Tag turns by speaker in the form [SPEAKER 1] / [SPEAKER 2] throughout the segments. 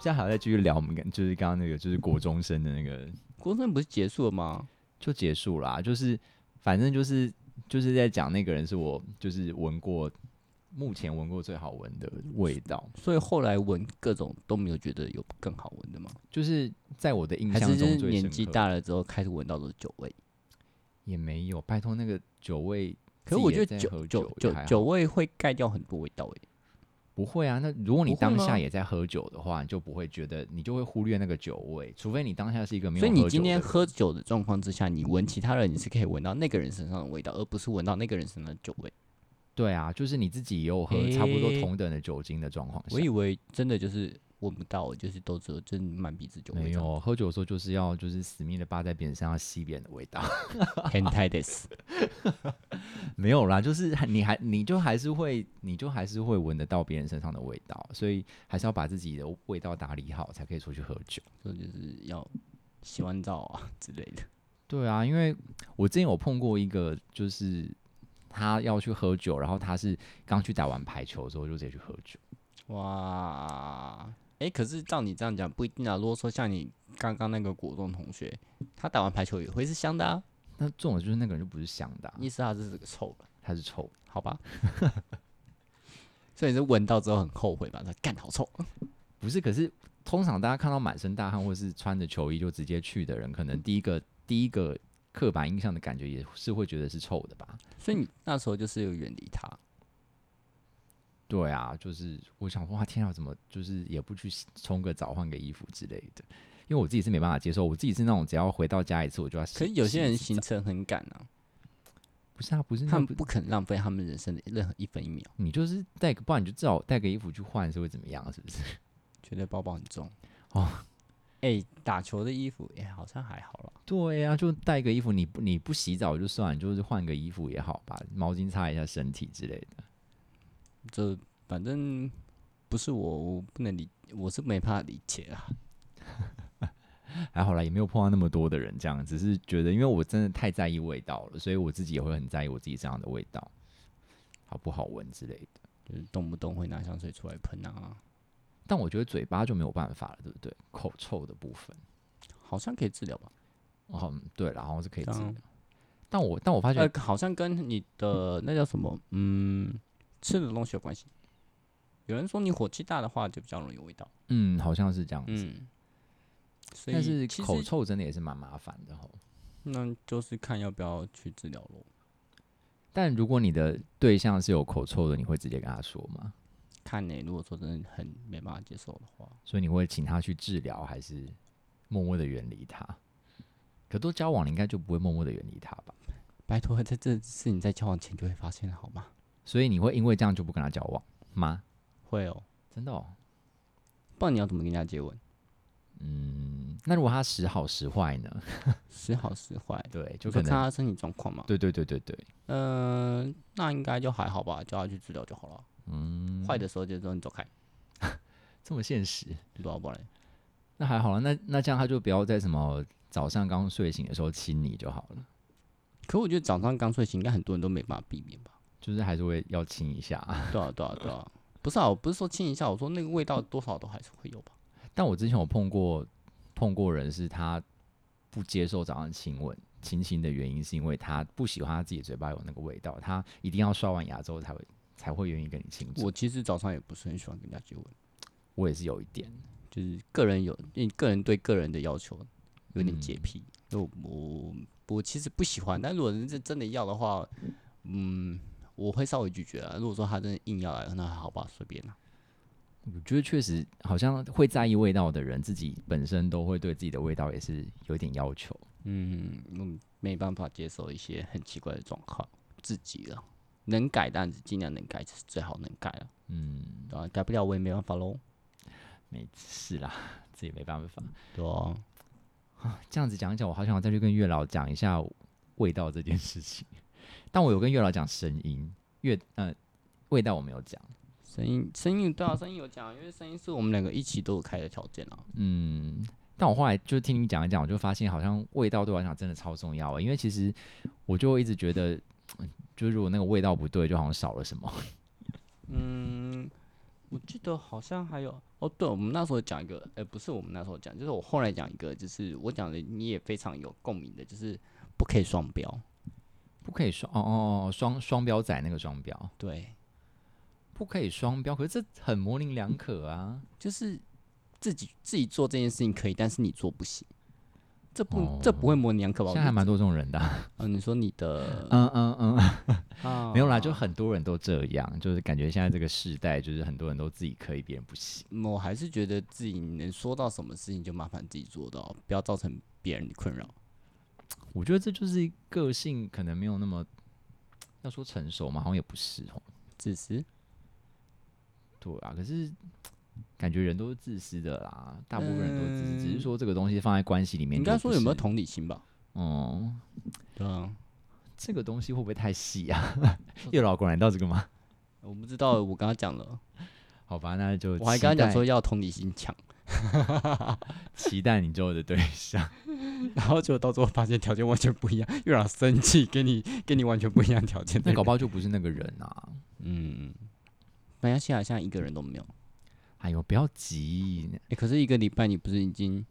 [SPEAKER 1] 这还要再继续聊我们跟就是刚刚那个就是国中生的那个
[SPEAKER 2] 国中不是结束了吗？
[SPEAKER 1] 就结束啦、就是反正就是就是在讲那个人是我就是闻过目前闻过最好闻的味道，
[SPEAKER 2] 所以后来闻各种都没有觉得有更好闻的吗？
[SPEAKER 1] 就是在我的印
[SPEAKER 2] 还
[SPEAKER 1] 象
[SPEAKER 2] 是就
[SPEAKER 1] 中
[SPEAKER 2] 是
[SPEAKER 1] 最
[SPEAKER 2] 年
[SPEAKER 1] 深
[SPEAKER 2] 纪
[SPEAKER 1] 刻
[SPEAKER 2] 大了之后开始闻到的酒味？
[SPEAKER 1] 也没有，拜托那个酒味。
[SPEAKER 2] 可是我觉得酒酒酒酒味会盖掉很多味道欸诶、
[SPEAKER 1] 不会啊，那如果你
[SPEAKER 2] 不会
[SPEAKER 1] 当
[SPEAKER 2] 吗
[SPEAKER 1] 下也在喝酒的话，你就不会觉得，你就会忽略那个酒味，除非你当下是一个没有
[SPEAKER 2] 所
[SPEAKER 1] 喝
[SPEAKER 2] 以
[SPEAKER 1] 酒
[SPEAKER 2] 你今天
[SPEAKER 1] 的人
[SPEAKER 2] 喝酒的状况之下，你闻其他人，你是可以闻到那个人身上的味道，而不是闻到那个人身上的酒味。
[SPEAKER 1] 对啊，就是你自己也有喝
[SPEAKER 2] 诶
[SPEAKER 1] 差不多同等的酒精的状况下，
[SPEAKER 2] 我以为真的就是闻不到，就是都只有真满鼻子酒味
[SPEAKER 1] 没
[SPEAKER 2] 这样。
[SPEAKER 1] 有喝酒的时候就是要就是死命的扒在别人身上吸别人的味道，
[SPEAKER 2] hentai this，
[SPEAKER 1] 没有啦，就是你还你就还是会你就还是会闻得到别人身上的味道，所以还是要把自己的味道打理好才可以出去喝酒。
[SPEAKER 2] 所以就是要洗完澡啊之类的。
[SPEAKER 1] 对啊，因为我之前有碰过一个，就是他要去喝酒，然后他是刚去打完排球之后就直接去喝酒。
[SPEAKER 2] 哇，哎、可是照你这样讲不一定啊。如果说像你刚刚那个国中同学，他打完排球也会是香的啊，
[SPEAKER 1] 那这种就是那个人就不是香的啊、
[SPEAKER 2] 意思他是这个臭了，
[SPEAKER 1] 他是臭的。
[SPEAKER 2] 好吧？ 所以你是闻到之后很后悔吧？他干好臭，
[SPEAKER 1] 不是，可是通常大家看到满身大汗或是穿着球衣就直接去的人，可
[SPEAKER 2] 嗯
[SPEAKER 1] 能第一个第一个刻板印象的感觉也是会觉得是臭的吧？
[SPEAKER 2] 所以你那时候就是有远离他。
[SPEAKER 1] 对啊，就是我想说，哇，天啊，怎么就是也不去洗冲个澡、换个衣服之类的？因为我自己是没办法接受，我自己是那种只要回到家一次我就要洗。
[SPEAKER 2] 可是有
[SPEAKER 1] 洗
[SPEAKER 2] 些
[SPEAKER 1] 一
[SPEAKER 2] 人
[SPEAKER 1] 次
[SPEAKER 2] 行
[SPEAKER 1] 澡
[SPEAKER 2] 程很赶啊，
[SPEAKER 1] 不是啊，不是那
[SPEAKER 2] 他们
[SPEAKER 1] 不
[SPEAKER 2] 不肯浪费他们人生的任何一分一秒，
[SPEAKER 1] 你就是带个，不然你就至少带个衣服去换，是会怎么样？ 是不
[SPEAKER 2] 啊
[SPEAKER 1] 是？
[SPEAKER 2] 觉得包包很重。
[SPEAKER 1] 哦，
[SPEAKER 2] 哎、打球的衣服也、好像还好啦。
[SPEAKER 1] 对呀、就带个衣服，你不你不洗澡就算，你就是换个衣服也好吧，毛巾擦一下身体之类的。
[SPEAKER 2] 这反正不是我，我不能理，我是没办法理解啊。
[SPEAKER 1] 还好啦，也没有碰到那么多的人这样，只是觉得因为我真的太在意味道了，所以我自己也会很在意我自己身上的味道，好不好闻之类的。
[SPEAKER 2] 就是动不动会拿香水出来喷啊，
[SPEAKER 1] 但我觉得嘴巴就没有办法了，对不对？口臭的部分，
[SPEAKER 2] 好像可以治疗吧？
[SPEAKER 1] 嗯，对啦，好像是可以治
[SPEAKER 2] 这样
[SPEAKER 1] 疗。但我但我发现
[SPEAKER 2] 呃，好像跟你的那叫什么，嗯，吃的东西有关系。有人说你火气大的话就比较容易有味道，
[SPEAKER 1] 嗯，好像是这样子。
[SPEAKER 2] 嗯，所以
[SPEAKER 1] 但是
[SPEAKER 2] 其
[SPEAKER 1] 口
[SPEAKER 2] 实
[SPEAKER 1] 臭真的也是蛮麻烦的吼。
[SPEAKER 2] 那就是看要不要去治疗咯，
[SPEAKER 1] 但如果你的对象是有口臭的，你会直接跟他说吗？
[SPEAKER 2] 看呢、如果说真的很没办法接受的话，
[SPEAKER 1] 所以你会请他去治疗，还是默默的远离他？可都交往了，应该就不会默默的远离他吧？
[SPEAKER 2] 拜托，在这事情在交往前就会发现了好吗？
[SPEAKER 1] 所以你会因为这样就不跟他交往吗？
[SPEAKER 2] 会哦，
[SPEAKER 1] 真的哦。
[SPEAKER 2] 不然你要怎么跟人家接吻？
[SPEAKER 1] 嗯，那如果他时好时坏呢？
[SPEAKER 2] 时好时坏，
[SPEAKER 1] 对，就
[SPEAKER 2] 就
[SPEAKER 1] 可
[SPEAKER 2] 看
[SPEAKER 1] 能
[SPEAKER 2] 他身体状况嘛。
[SPEAKER 1] 对对对对对，
[SPEAKER 2] 嗯、那应该就还好吧，叫他去治疗就好了。
[SPEAKER 1] 嗯，
[SPEAKER 2] 坏的时候就说你走开，
[SPEAKER 1] 这么现实，
[SPEAKER 2] 你不要过来。
[SPEAKER 1] 那还好了。那那这样他就不要在什么早上刚睡醒的时候亲你就好了，
[SPEAKER 2] 可我觉得早上刚睡醒，应该很多人都没办法避免吧？
[SPEAKER 1] 就是还是会要亲一下。
[SPEAKER 2] 对啊，对啊，对啊。不是啊，我不是说亲一下，我说那个味道多少都还是会有吧。
[SPEAKER 1] 但我之前有碰过碰过人，是他不接受早上亲吻亲亲的原因，是因为他不喜欢他自己嘴巴有那个味道，他一定要刷完牙之后才会才会愿意跟你亲嘴。
[SPEAKER 2] 我其实早上也不是很喜欢跟人家接吻，
[SPEAKER 1] 我也是有一点，
[SPEAKER 2] 就是个人有，因为个人对个人的要求有点洁
[SPEAKER 1] 嗯
[SPEAKER 2] 癖。就我我其实不喜欢，但如果是真的要的话，嗯，我会稍微拒绝啊。如果说他真的硬要来，那好吧，随便啦、啊
[SPEAKER 1] 我觉得确实好像会在意味道的人，自己本身都会对自己的味道也是有一点要求。
[SPEAKER 2] 嗯，我没办法接受一些很奇怪的状况，自己了，能改但是尽量能改，是最好能改了，
[SPEAKER 1] 嗯，
[SPEAKER 2] 对啊，改不了我也没办法喽，
[SPEAKER 1] 没是啦，自己没办法。
[SPEAKER 2] 对啊，
[SPEAKER 1] 这样子讲一讲，我好想再去跟月老讲一下味道这件事情。但我有跟月老讲声音，月呃味道我没有讲。
[SPEAKER 2] 声音声音对啊，声音有讲，因为声音是我们两个一起都有开的条件啊，
[SPEAKER 1] 嗯，但我后来就听你讲一讲，我就发现好像味道对我来讲真的超重要欸，因为其实我就会一直觉得，嗯就是如果那个味道不对，就好像少了什么。
[SPEAKER 2] 嗯，我记得好像还有哦，对，我们那时候讲一个，呃，不是我们那时候讲，就是我后来讲一个，就是我讲的你也非常有共鸣的，就是不可以双标。
[SPEAKER 1] 不可以双哦哦哦，双双标仔那个双标，
[SPEAKER 2] 对，
[SPEAKER 1] 不可以双标，可是这很模棱两可啊。
[SPEAKER 2] 就是自己自己做这件事情可以，但是你做不行，这不、这不会模棱两可吧？
[SPEAKER 1] 哦现
[SPEAKER 2] 我
[SPEAKER 1] 在还
[SPEAKER 2] 觉得
[SPEAKER 1] 蛮多这种人的啊、
[SPEAKER 2] 嗯、你说你的、
[SPEAKER 1] 嗯嗯嗯，
[SPEAKER 2] 啊
[SPEAKER 1] 没有啦，就很多人都这样，就是感觉现在这个世代，就是很多人都自己可以，别人不行。
[SPEAKER 2] 嗯我还是觉得自己能说到什么事情就麻烦自己做到，不要造成别人的困扰。
[SPEAKER 1] 我觉得这就是个性可能没有那么，要说成熟嘛，好像也不是哦。
[SPEAKER 2] 自私，
[SPEAKER 1] 对啊，可是感觉人都是自私的啦，大部分人都是自私，只是
[SPEAKER 2] 嗯
[SPEAKER 1] 说这个东西放在关系里面，
[SPEAKER 2] 应该说有没有？同理心吧？
[SPEAKER 1] 嗯，
[SPEAKER 2] 对啊，
[SPEAKER 1] 这个东西会不会太细 啊？又老果然到这个吗？
[SPEAKER 2] 我不知道，我刚刚讲了，
[SPEAKER 1] 好吧，那就
[SPEAKER 2] 我还
[SPEAKER 1] 期
[SPEAKER 2] 刚刚讲
[SPEAKER 1] 待
[SPEAKER 2] 说要同理心强，
[SPEAKER 1] 期待你之后的对象。
[SPEAKER 2] 然后结果到最后发现条件完全不一样，又让生气，给你给你完全不一样条件的
[SPEAKER 1] 那
[SPEAKER 2] 人。
[SPEAKER 1] 搞不好就不是那个人啊！
[SPEAKER 2] 嗯，马来西啊亚现在一个人都没有。
[SPEAKER 1] 哎呦，不要急，
[SPEAKER 2] 欸，可是一个礼拜你不是已经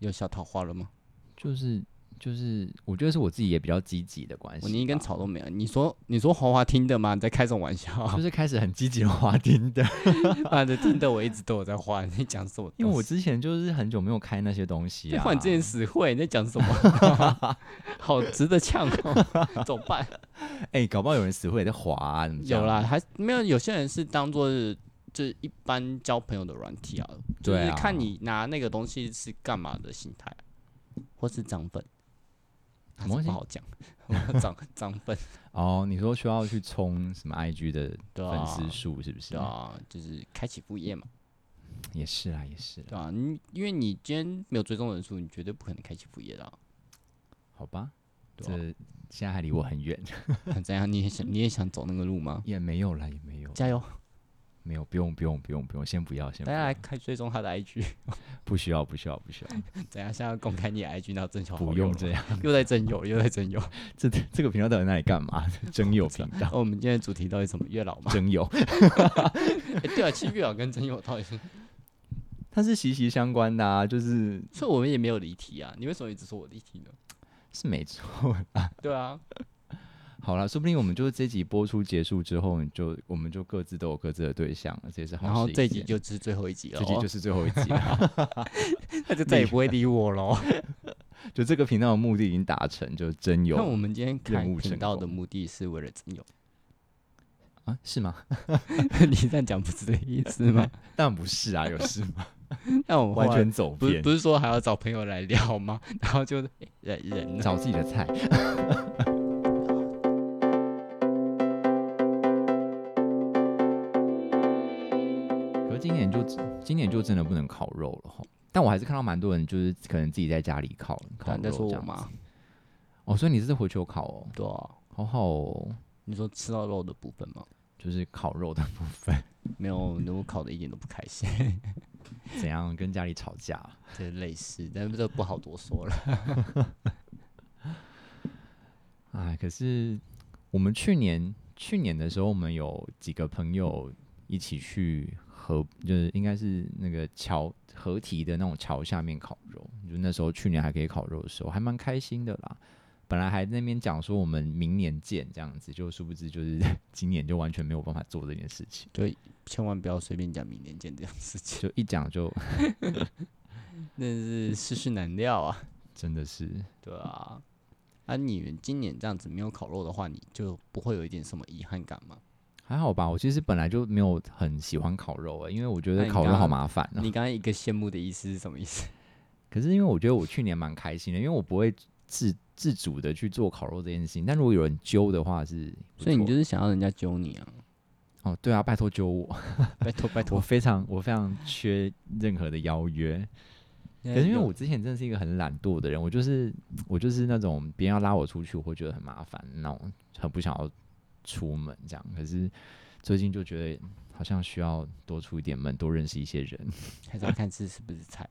[SPEAKER 2] 有小桃花了吗？
[SPEAKER 1] 就是就是，我觉得是我自己也比较积极的关系
[SPEAKER 2] 我
[SPEAKER 1] 吧。
[SPEAKER 2] 连一根草都没有。你说你说豪华听的吗？你在开什么玩笑
[SPEAKER 1] 就？是开始很积极的滑钉的，
[SPEAKER 2] 妈的，听的我一直都有在换，你讲什么东西？啊
[SPEAKER 1] 因为我之前就是很久没有开那些东西
[SPEAKER 2] 在
[SPEAKER 1] 啊。
[SPEAKER 2] 换这件死会，你在讲什么？ 好值得呛哦， 怎么办？
[SPEAKER 1] 哎、搞不好有人死会也在滑、啊，怎么这样
[SPEAKER 2] 有啦，，还没有？有些人是当做是就是一般交朋友的软体啊，就
[SPEAKER 1] 对
[SPEAKER 2] 是
[SPEAKER 1] 啊
[SPEAKER 2] 看你拿那个东西是干嘛的心态，啊或是涨粉，啊
[SPEAKER 1] 什么东
[SPEAKER 2] 这
[SPEAKER 1] 西
[SPEAKER 2] 不好讲， 涨涨粉，
[SPEAKER 1] 哦，你说需要去冲什么 IG 的
[SPEAKER 2] 对啊
[SPEAKER 1] 粉，丝数是不是？
[SPEAKER 2] 对啊，就是开启副业嘛。
[SPEAKER 1] 也是啦，也是啦，
[SPEAKER 2] 对啊，你因为你今天没有追踪人数，你绝对不可能开启副业的、啊，
[SPEAKER 1] 好吧，
[SPEAKER 2] 对啊
[SPEAKER 1] 这现在还离我很远，
[SPEAKER 2] 吧？怎样？你也想你也想走那个路吗？
[SPEAKER 1] 也没有啦，也没有，
[SPEAKER 2] 加油！
[SPEAKER 1] 没有，不用，不用，不用，不用，先不要，嗯先不
[SPEAKER 2] 大家来
[SPEAKER 1] 要，
[SPEAKER 2] 开追踪他的 IG，
[SPEAKER 1] 不需要，不需要，不需要，
[SPEAKER 2] 怎样？现在要公开你的 IG，然后征求好
[SPEAKER 1] 不
[SPEAKER 2] 友
[SPEAKER 1] 用
[SPEAKER 2] 了
[SPEAKER 1] 这
[SPEAKER 2] 吗，
[SPEAKER 1] 样。
[SPEAKER 2] 又在征友，又在征 友。
[SPEAKER 1] 这这个频道到底拿来干 嘛？征友频道，
[SPEAKER 2] 哦，我们今天的主题到底什么？月老吗？
[SPEAKER 1] 征友，
[SPEAKER 2] 哎、对啊，其实月老跟征友到底是，
[SPEAKER 1] 它是息息相关的啊，就是
[SPEAKER 2] 所以我们也没有离题啊。你为什么一直说我离题呢？
[SPEAKER 1] 是没错。
[SPEAKER 2] 对啊，
[SPEAKER 1] 好啦，说不定我们就是这集播出结束之后，你就我们就各自都有各自的对象了，这也是好
[SPEAKER 2] 然后
[SPEAKER 1] 事一
[SPEAKER 2] 这一集
[SPEAKER 1] 件
[SPEAKER 2] 就是最后一集了
[SPEAKER 1] 这集
[SPEAKER 2] 哦，
[SPEAKER 1] 就是最后一集了，
[SPEAKER 2] 他就再也不会理我了。哦
[SPEAKER 1] 就这个频道的目的已经达成，就是真
[SPEAKER 2] 那我
[SPEAKER 1] 有
[SPEAKER 2] 们今天开
[SPEAKER 1] 任务
[SPEAKER 2] 频
[SPEAKER 1] 成
[SPEAKER 2] 道的
[SPEAKER 1] 功
[SPEAKER 2] 目的是为了征友，
[SPEAKER 1] 啊？是吗？
[SPEAKER 2] 你这样讲不是这个意思吗？
[SPEAKER 1] 当然不是啊，有事吗？
[SPEAKER 2] 那 我们后
[SPEAKER 1] 完
[SPEAKER 2] 来
[SPEAKER 1] 全走
[SPEAKER 2] 不是
[SPEAKER 1] 偏
[SPEAKER 2] 不，是说还要找朋友来聊吗？ 然后就哎诶人人呢？
[SPEAKER 1] 找自己的菜。 可是今年就今年就真的不能烤肉了哈，但我还是看到蛮多人就是可能自己在家里烤烤
[SPEAKER 2] 看
[SPEAKER 1] 肉
[SPEAKER 2] 你在说
[SPEAKER 1] 这
[SPEAKER 2] 啊我
[SPEAKER 1] 样子
[SPEAKER 2] 吗？。
[SPEAKER 1] 哦，所以你是回球烤哦，
[SPEAKER 2] 对啊，
[SPEAKER 1] 好好哦，
[SPEAKER 2] 你说吃到肉的部分吗？
[SPEAKER 1] 就是烤肉的部分，
[SPEAKER 2] 没有，我烤的一点都不开 心，
[SPEAKER 1] 怎样跟家里吵架？
[SPEAKER 2] 这类似，但是这不好多说了。
[SPEAKER 1] 哎，可是我们去年去年的时候，我们有几个朋友一起去河，就是应该是那个桥河堤的那种桥下面烤肉。就那时候去年还可以烤肉的时候，还蛮开心的啦。本来还在那边讲说我们明年见这样子，就殊不知就是 今年就完全没有办法做这件事 情，
[SPEAKER 2] 千万不要随便讲明年见这样事情，
[SPEAKER 1] 就一讲就
[SPEAKER 2] 那是世事难料啊。
[SPEAKER 1] 真的是
[SPEAKER 2] 对啊，啊，你们今年这样子没有烤肉的话，你就不会有一点什么遗憾感吗？
[SPEAKER 1] 还好吧。我其实本来就没有很喜欢烤肉啊诶、因为我觉
[SPEAKER 2] 那
[SPEAKER 1] 得
[SPEAKER 2] 你
[SPEAKER 1] 烤肉
[SPEAKER 2] 刚
[SPEAKER 1] 好
[SPEAKER 2] 刚
[SPEAKER 1] 麻烦、啊。
[SPEAKER 2] 你刚刚一个羡慕的意思是什么意思？
[SPEAKER 1] 可是因为我觉得我去年蛮开心的，因为我不会自自主的去做烤肉这件事情。但如果有人揪的话是不错，
[SPEAKER 2] 所以你就是想要人家揪你啊？
[SPEAKER 1] 哦，对啊，拜托揪 我，
[SPEAKER 2] 拜托拜
[SPEAKER 1] 我
[SPEAKER 2] 托，
[SPEAKER 1] 非常我非常缺任何的邀 约。可
[SPEAKER 2] 可
[SPEAKER 1] 是因为我之前真的是一个很懒惰的人，我就是我就是那种别人要拉我出去，我会觉得很麻烦，那种很不想要出门这样。可是最近就觉得好像需要多出一点门，多认识一些人
[SPEAKER 2] 还是要看是是不是菜。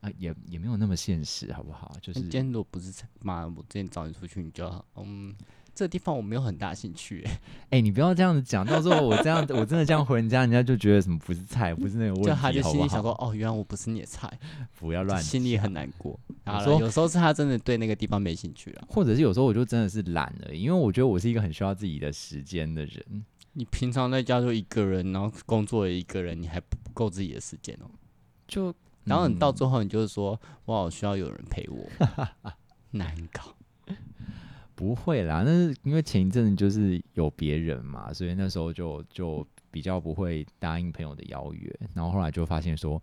[SPEAKER 1] 啊，也也没有那么现实，好不好？就
[SPEAKER 2] 那
[SPEAKER 1] 是
[SPEAKER 2] 今天如果不是菜，妈，我之前找你出去，你就要嗯，这个地方我没有很大兴 趣、欸，
[SPEAKER 1] 哎、你不要这样子讲，到时候我这样，我真的这样回人家，人家就觉得什么不是菜，不是那个问题，
[SPEAKER 2] 就他就心里想说
[SPEAKER 1] 好，
[SPEAKER 2] 哦，原来我不是你的菜，
[SPEAKER 1] 不要乱
[SPEAKER 2] 心里很难 过。好了，
[SPEAKER 1] 说
[SPEAKER 2] 有时候是他真的对那个地方没兴趣了。
[SPEAKER 1] 或者是有时候我就真的是懒了，因为我觉得我是一个很需要自己的时间的人。
[SPEAKER 2] 你平常在家就一个人，然后工作也一个人，你还不够自己的时间哦、
[SPEAKER 1] 就
[SPEAKER 2] 然后你到
[SPEAKER 1] 嗯
[SPEAKER 2] 最后，你就是说，哇，我需要有人陪我， 难搞。
[SPEAKER 1] 不会啦，但是因为前一阵子就是有别人嘛，所以那时候就就比较不会答应朋友的邀约，然后后来就发现说，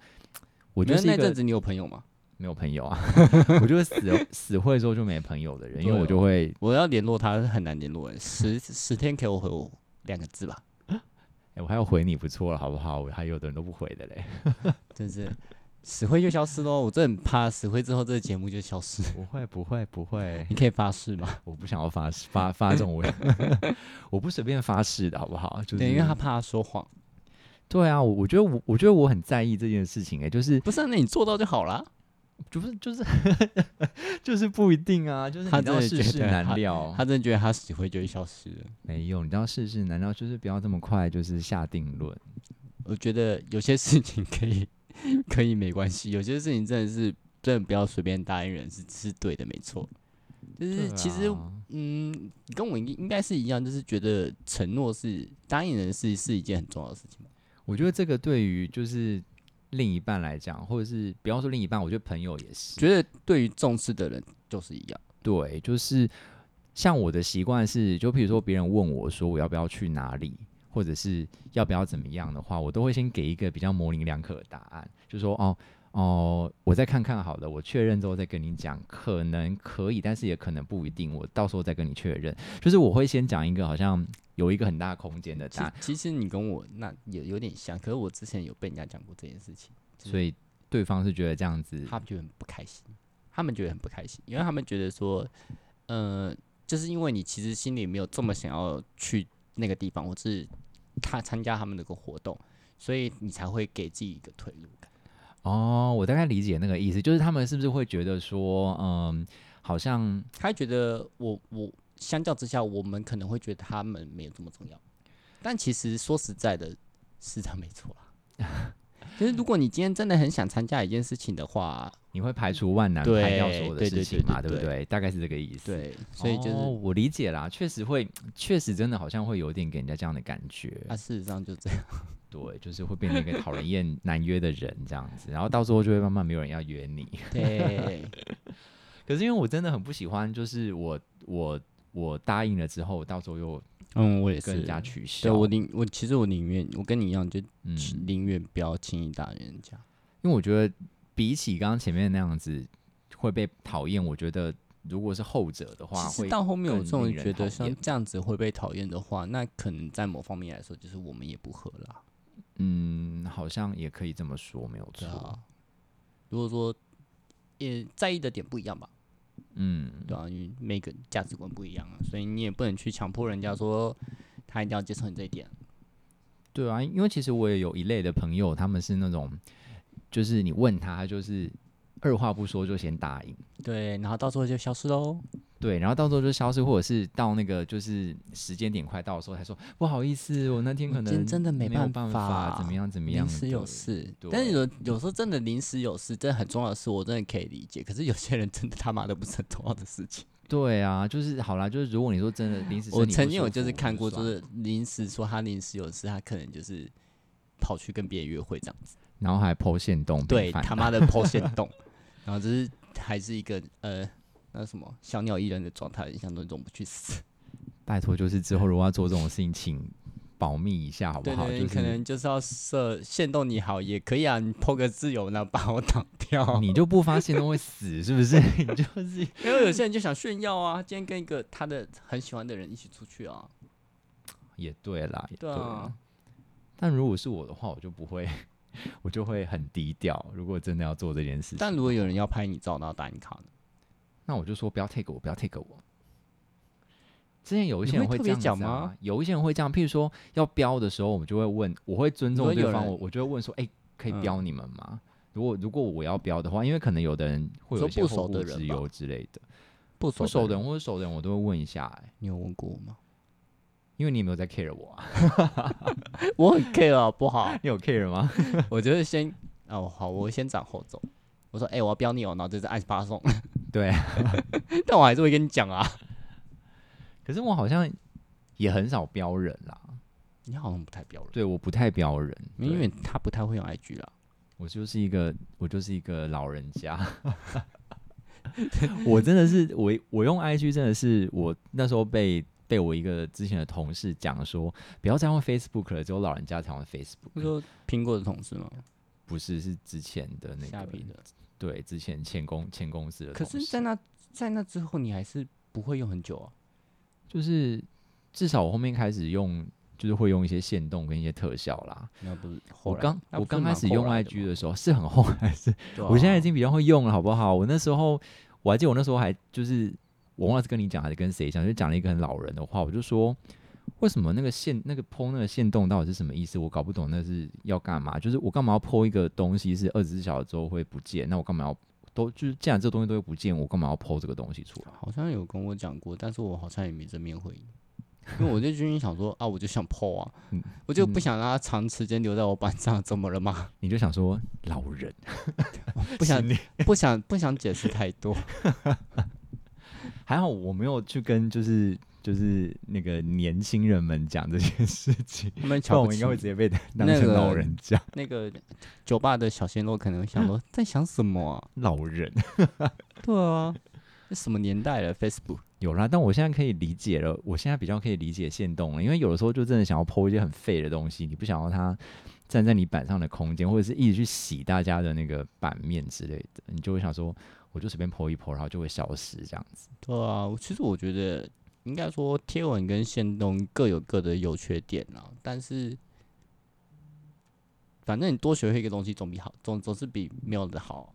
[SPEAKER 1] 我
[SPEAKER 2] 我
[SPEAKER 1] 就是
[SPEAKER 2] 那
[SPEAKER 1] 一
[SPEAKER 2] 阵
[SPEAKER 1] 个
[SPEAKER 2] 子你有朋友吗？
[SPEAKER 1] 没有朋友啊， 我就是死死会说就没朋友的人，因为
[SPEAKER 2] 对
[SPEAKER 1] 我
[SPEAKER 2] 哦
[SPEAKER 1] 就会，
[SPEAKER 2] 我要联络他是很难联络的，欸十十天给我回我两个字吧，
[SPEAKER 1] 哎、我还要回你不错了，好不好？我还有的人都不回的嘞，
[SPEAKER 2] 真是死灰就消失喽。我真的很怕死灰之后这个节目就消失，
[SPEAKER 1] 不会不会不会，
[SPEAKER 2] 你可以发誓吗？
[SPEAKER 1] 我不想要发誓发发这种我 我不随便发誓的好不好？就是
[SPEAKER 2] 对，因为他怕他说谎。
[SPEAKER 1] 对啊，我我觉得我我觉得我很在意这件事情哎、就是
[SPEAKER 2] 不是、啊，那你做到就好啦。
[SPEAKER 1] 就是就是 就是不一定啊，就是
[SPEAKER 2] 他
[SPEAKER 1] 你知道
[SPEAKER 2] 真的
[SPEAKER 1] 世
[SPEAKER 2] 觉
[SPEAKER 1] 事
[SPEAKER 2] 得
[SPEAKER 1] 难料，
[SPEAKER 2] 他真的觉得他死灰就会消失了。
[SPEAKER 1] 没有，你知道世事难料，就是不要这么快就是下定论。
[SPEAKER 2] 我觉得有些事情可以 可以没关系，有些事情真的是真的不要随便答应人是是对的，没错。就是其实、
[SPEAKER 1] 啊
[SPEAKER 2] 嗯，你跟我应应该是一样，就是觉得承诺是答应人是是一件很重要的事情嘛。
[SPEAKER 1] 我觉得这个对于就是另一半来讲，或者是不要说另一半，我觉得朋友也是。
[SPEAKER 2] 觉得对于重视的人就是一样，
[SPEAKER 1] 对，就是像我的习惯是，就比如说别人问我说我要不要去哪里，或者是要不要怎么样的话，我都会先给一个比较模棱两可的答案，就说哦哦，我再看看好了，我确认之后再跟你讲，可能可以，但是也可能不一定，我到时候再跟你确认。就是我会先讲一个好像有一个很大空间的
[SPEAKER 2] 其
[SPEAKER 1] 答案，
[SPEAKER 2] 其实你跟我那也有点像，可是我之前有被人家讲过这件事情，实
[SPEAKER 1] 所以对方是觉得这样子，
[SPEAKER 2] 他们觉得很不开心，他们觉得很不开心，因为他们觉得说，呃，就是因为你其实心里没有这么想要去那个地方，或是他参加他们那个活动，所以你才会给自己一个退路感。
[SPEAKER 1] 哦，我大概理解那个意思，就是他们是不是会觉得说，嗯，好像
[SPEAKER 2] 他觉得我我相较之下，我们可能会觉得他们没有这么重要，但其实说实在的，是这样没错啦。 就是如果你今天真的很想参加一件事情的话，
[SPEAKER 1] 你会排除万难，
[SPEAKER 2] 对
[SPEAKER 1] 排掉所有的
[SPEAKER 2] 对对
[SPEAKER 1] 事情嘛，嗯
[SPEAKER 2] 对
[SPEAKER 1] 对
[SPEAKER 2] 对
[SPEAKER 1] 不对？大概是这个意思。，
[SPEAKER 2] 对，所以就是、
[SPEAKER 1] 哦、我理解啦，确实会，确实真的好像会有点给人家这样的感觉，
[SPEAKER 2] 啊，事实上就 这样。
[SPEAKER 1] 对，就是会变成一个讨人厌、难约的人这样 子，然后到时候就会慢慢没有人要约你。
[SPEAKER 2] 对，
[SPEAKER 1] 可是因为我真的很不喜欢，就是我我我答应了之后，到时候又
[SPEAKER 2] 嗯，我也
[SPEAKER 1] 跟
[SPEAKER 2] 是
[SPEAKER 1] 人。家取消。
[SPEAKER 2] 对我宁我其实我宁愿我跟你一样，就
[SPEAKER 1] 嗯，
[SPEAKER 2] 宁愿不要轻易打人家。
[SPEAKER 1] 因为我觉得比起刚刚前面那样子会被讨厌，我觉得如果是后者的话，
[SPEAKER 2] 其
[SPEAKER 1] 会
[SPEAKER 2] 实到后面我
[SPEAKER 1] 更
[SPEAKER 2] 终
[SPEAKER 1] 令
[SPEAKER 2] 于
[SPEAKER 1] 人
[SPEAKER 2] 觉得
[SPEAKER 1] 讨
[SPEAKER 2] 像
[SPEAKER 1] 厌
[SPEAKER 2] 这样子会被讨厌的话，那可能在某方面来说，就是我们也不合啦，
[SPEAKER 1] 嗯，好像也可以这么说，没有
[SPEAKER 2] 对
[SPEAKER 1] 错。
[SPEAKER 2] 啊。如果说也在意的点不一样吧，
[SPEAKER 1] 嗯，
[SPEAKER 2] 对啊，因为每个价值观不一样啊，所以你也不能去强迫人家说他一定要接受你这一点。
[SPEAKER 1] 对啊，因为其实我也有一类的朋友，他们是那种，就是你问他，他就是二话不说就先答应，
[SPEAKER 2] 对，然后到时候就消失喽。
[SPEAKER 1] 对，然后到时候就消失，或者是到那个就是时间点快到的时候才说不好意思，我那天
[SPEAKER 2] 我
[SPEAKER 1] 可
[SPEAKER 2] 今天
[SPEAKER 1] 能
[SPEAKER 2] 真的没
[SPEAKER 1] 没有
[SPEAKER 2] 办
[SPEAKER 1] 办
[SPEAKER 2] 法
[SPEAKER 1] 怎么样怎么样
[SPEAKER 2] 临
[SPEAKER 1] 的，
[SPEAKER 2] 时有事，但
[SPEAKER 1] 对
[SPEAKER 2] 是有有时候真的临时有事，真的很重要的事，我真的可以理解。可是有些人真的他妈的不是很重要的事情。
[SPEAKER 1] 对啊，就是好啦，就是如果你说真的临时身
[SPEAKER 2] 我
[SPEAKER 1] 体不
[SPEAKER 2] 曾经
[SPEAKER 1] 舒
[SPEAKER 2] 有就是
[SPEAKER 1] 服
[SPEAKER 2] 看过，就
[SPEAKER 1] 算了
[SPEAKER 2] 是临时说他临时有事，他可能就是跑去跟别人约会这样子。
[SPEAKER 1] 然后还剖线洞，
[SPEAKER 2] 对
[SPEAKER 1] 平凡
[SPEAKER 2] 他妈的抛线 洞，然后只是还是一个呃那什么小鸟依人的状态，一向都总不去死。
[SPEAKER 1] 拜托，就是之后如果要做这种事情，请保密一下好不
[SPEAKER 2] 对
[SPEAKER 1] 好？
[SPEAKER 2] 对，
[SPEAKER 1] 就
[SPEAKER 2] 你
[SPEAKER 1] 是
[SPEAKER 2] 可能就是要设线洞你好也可以啊，你抛个自由然后把我挡 掉。
[SPEAKER 1] 你就不发现都会死，是不是？你就是
[SPEAKER 2] 因为有些人就想炫耀啊，今天跟一个他的很喜欢的人一起出去啊，
[SPEAKER 1] 也对啦，也
[SPEAKER 2] 对
[SPEAKER 1] 啦
[SPEAKER 2] 啊，
[SPEAKER 1] 但如果是我的话，我就不会， 我就会很低调。如果真的要做这件事情，
[SPEAKER 2] 但如果有人要拍你照，然后打你卡呢？
[SPEAKER 1] 那我就说不要 take 我，不要 take 我。之前有一
[SPEAKER 2] 你
[SPEAKER 1] 些人
[SPEAKER 2] 会特
[SPEAKER 1] 这
[SPEAKER 2] 别
[SPEAKER 1] 样子、啊、
[SPEAKER 2] 讲吗
[SPEAKER 1] 有一些人会这样，譬如说要标的时候，我们就会问，我会尊重
[SPEAKER 2] 如果有
[SPEAKER 1] 对方，
[SPEAKER 2] 人
[SPEAKER 1] 我我就会问说，哎、可以
[SPEAKER 2] 嗯
[SPEAKER 1] 标你们吗？如果如果我要标的话，因为可能有的人会有一些
[SPEAKER 2] 说不熟
[SPEAKER 1] 后顾
[SPEAKER 2] 的人
[SPEAKER 1] 之
[SPEAKER 2] 吧
[SPEAKER 1] 忧之类的，
[SPEAKER 2] 不熟
[SPEAKER 1] 不熟的
[SPEAKER 2] 人
[SPEAKER 1] 人或者熟的人，我都会问一下、欸，
[SPEAKER 2] 你有问过我吗？
[SPEAKER 1] 因为你有没有在 care 我啊？
[SPEAKER 2] 我很 care 好不好？
[SPEAKER 1] 你有 care 吗？
[SPEAKER 2] 我觉得先哦好，我先斩后奏。我说哎、我要标你哦，然后就是按发送。
[SPEAKER 1] 对，啊
[SPEAKER 2] 但我还是会跟你讲啊。
[SPEAKER 1] 可是我好像也很少标人啦，
[SPEAKER 2] 你好像不太标了，
[SPEAKER 1] 对，我不太标人，
[SPEAKER 2] 因
[SPEAKER 1] 对
[SPEAKER 2] 为他不太会用 IG 啦。
[SPEAKER 1] 我就是一个我就是一个老人家， 我真的是我我用 IG 真的是我那时候被被我一个之前的同事讲说，不要再用 Facebook 了，只有老人家才用 Facebook。
[SPEAKER 2] 你说苹果的同事吗？
[SPEAKER 1] 不是是之前的那
[SPEAKER 2] 下
[SPEAKER 1] 个
[SPEAKER 2] 笔的。
[SPEAKER 1] 对之前前公前公司的
[SPEAKER 2] 可
[SPEAKER 1] 同
[SPEAKER 2] 是，
[SPEAKER 1] 事，
[SPEAKER 2] 在那在那之后，你还是不会用很久啊。
[SPEAKER 1] 就是至少我后面开始用，就是会用一些线动跟一些特效啦。
[SPEAKER 2] 那不是后
[SPEAKER 1] 我
[SPEAKER 2] 来
[SPEAKER 1] 刚
[SPEAKER 2] 那
[SPEAKER 1] 我
[SPEAKER 2] 不是
[SPEAKER 1] 刚开
[SPEAKER 2] 蛮
[SPEAKER 1] 始
[SPEAKER 2] 后
[SPEAKER 1] 用
[SPEAKER 2] 来的
[SPEAKER 1] IG
[SPEAKER 2] 吗
[SPEAKER 1] 的时候是很后来是
[SPEAKER 2] 对
[SPEAKER 1] 我现在
[SPEAKER 2] 啊
[SPEAKER 1] 已经比较会用了，好不好？我那时候，我还记得我那时候还就是，我忘了是跟你讲还是跟谁讲，就讲了一个很老人的话，我就说，为什么那个线那个剖那个线洞到底是什么意思？我搞不懂那是要干嘛？就是我干嘛要剖一个东西是二十四小时之后会不见？那我干嘛要都就是既然这个东西都会不见，我干嘛要剖这个东西出来？
[SPEAKER 2] 好像有跟我讲过，但是我好像也没正面回 应，因为我就心里想说啊，我就想破啊，
[SPEAKER 1] 嗯
[SPEAKER 2] 我就不想让它长时间留在我板上，怎么了嘛？
[SPEAKER 1] 你就想说老人
[SPEAKER 2] 不想
[SPEAKER 1] 心里
[SPEAKER 2] 不想不想解释太 多，
[SPEAKER 1] 还好我没有去跟就是就是那个年轻人们讲这件事情，
[SPEAKER 2] 他们
[SPEAKER 1] 不然
[SPEAKER 2] 瞧不
[SPEAKER 1] 我应
[SPEAKER 2] 起
[SPEAKER 1] 该会直接被当
[SPEAKER 2] 那
[SPEAKER 1] 成
[SPEAKER 2] 个
[SPEAKER 1] 老人讲。
[SPEAKER 2] 那个酒吧的小鲜肉，可能会想说 在想什么啊？
[SPEAKER 1] 老人。
[SPEAKER 2] 对啊，这什么年代了？Facebook
[SPEAKER 1] 有啦，但我现在可以理解了，我现在比较可以理解线动了，因为有的时候就真的想要剖一些很废的东西，你不想要它站在你板上的空间，或者是一直去洗大家的那个版面之类的，你就会想说，我就随便剖一剖，然后就会消失这样子。
[SPEAKER 2] 对啊，我其实我觉得应该说贴文跟线动各有各的优缺点啦，但是反正你多学会一个东西总比好总总是比没有的好，